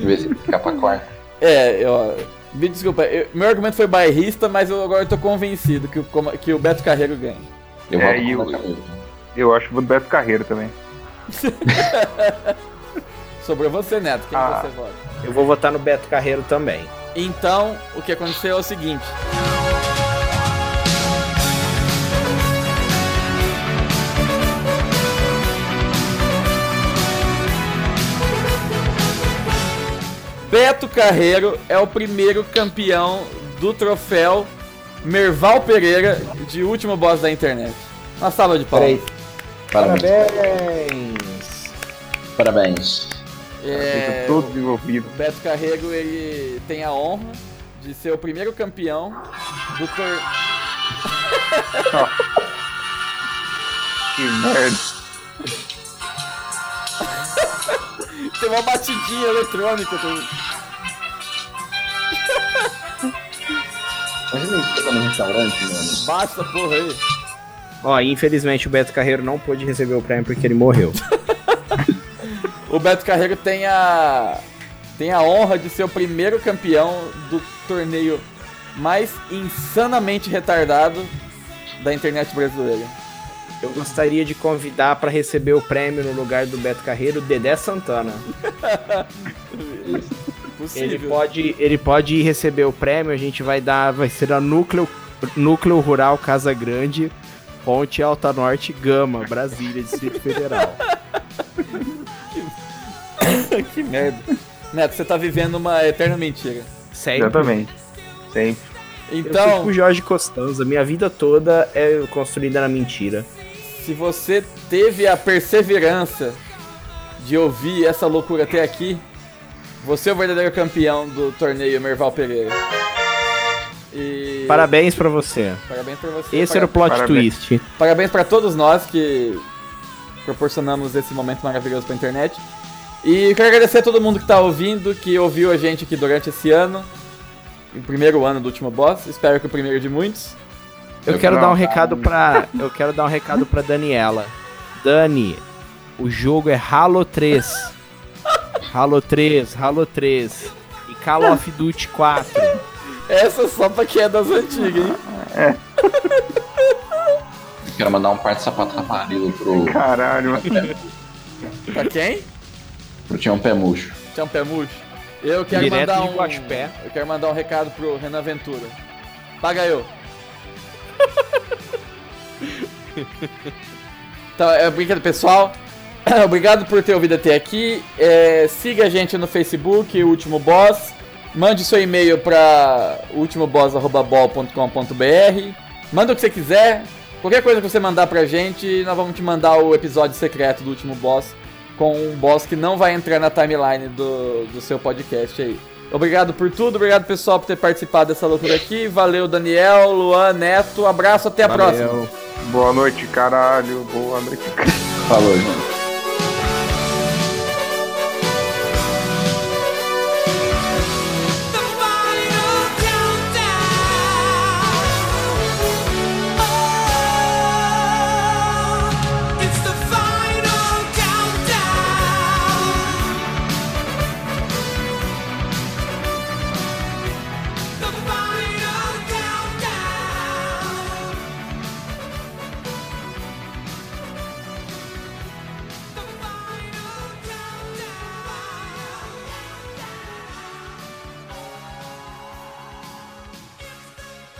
C: Em vez de ficar pra quarta.
B: É, ó. Me desculpa, eu- meu argumento foi bairrista, mas eu agora tô convencido que o, coma- que o Beto Carreiro ganha.
C: Eu volto
D: É, e
C: com
D: o-
C: o Camilo.
D: Eu acho que vou do Beto Carreiro também.
B: Sobrou você, Neto. Quem
D: Ah.
B: você vota?
E: Eu vou votar no Beto Carreiro também.
B: Então, o que aconteceu é o seguinte. Beto Carreiro é o primeiro campeão do troféu Merval Pereira de último boss da internet. Uma salva de palmas.
C: Parabéns.
E: Parabéns!
C: Parabéns.
B: É,
D: Fica todo desenvolvido.
B: o Beto Carrego ele tem a honra de ser o primeiro campeão do tor...
D: Que merda.
B: Tem uma batidinha eletrônica. tem-
C: Imagina isso chegando no restaurante, mano.
B: Basta, porra aí.
E: Ó, infelizmente o Beto Carreiro não pôde receber o prêmio porque ele morreu.
B: O Beto Carrego tem a tem a honra de ser o primeiro campeão do torneio mais insanamente retardado da internet brasileira.
E: Eu gostaria de convidar pra receber o prêmio no lugar do Beto Carreiro, Dedé Santana. Ele
B: Possível.
E: pode, ele pode ir receber o prêmio, a gente vai dar, vai ser a Núcleo, núcleo Rural Casa Grande, Ponte Alta Norte, Gama, Brasília, Distrito Federal.
B: que merda. Neto, você tá vivendo uma eterna mentira.
E: Sério?
D: Exatamente. Sempre.
E: Então, eu fui
B: Então,
E: com o Jorge Costanza, minha vida toda é construída na mentira.
B: Se você teve a perseverança de ouvir essa loucura até aqui, você é o verdadeiro campeão do torneio Merval Pereira. E
E: Parabéns pra você.
B: parabéns pra você.
E: Esse
B: para-
E: era o plot
D: Parabéns.
E: twist.
B: Parabéns pra todos nós que proporcionamos esse momento maravilhoso pra internet. E quero agradecer a todo mundo que tá ouvindo, que ouviu a gente aqui durante esse ano. O primeiro ano do último boss. Espero que o primeiro de muitos.
E: Eu
D: Eu
E: quero dar um
D: não.
E: recado pra. Eu quero dar um recado pra Daniela. Dani, o jogo é Halo 3. Halo 3, Halo 3. E Call of Duty 4.
B: Essa é só pra quem é das antigas, hein?
C: Eu Quero mandar um par de sapato raparilo pro,
D: Caralho, mano.
B: Pra quem?
C: pro Tião Pé Murcho.
B: Tem um pé murcho. Eu quero
E: Direto
B: mandar
E: de
B: um.
E: Guaxupé.
B: Eu quero mandar um recado pro Renan Ventura. Paga eu. então, é brincadeira, pessoal. Obrigado por ter ouvido até aqui. É, siga a gente no Facebook, o Último Boss. Mande seu e-mail para ultimoboss.com.br. Manda o que você quiser. Qualquer coisa que você mandar pra gente, nós vamos te mandar o episódio secreto do Último Boss com um boss que não vai entrar na timeline do, do seu podcast aí. Obrigado por tudo, obrigado pessoal por ter participado dessa loucura aqui. Valeu, Daniel, Luan, Neto. Abraço, até a próxima.
D: Boa noite, caralho. Boa noite,
C: Falou, gente.
A: Oh,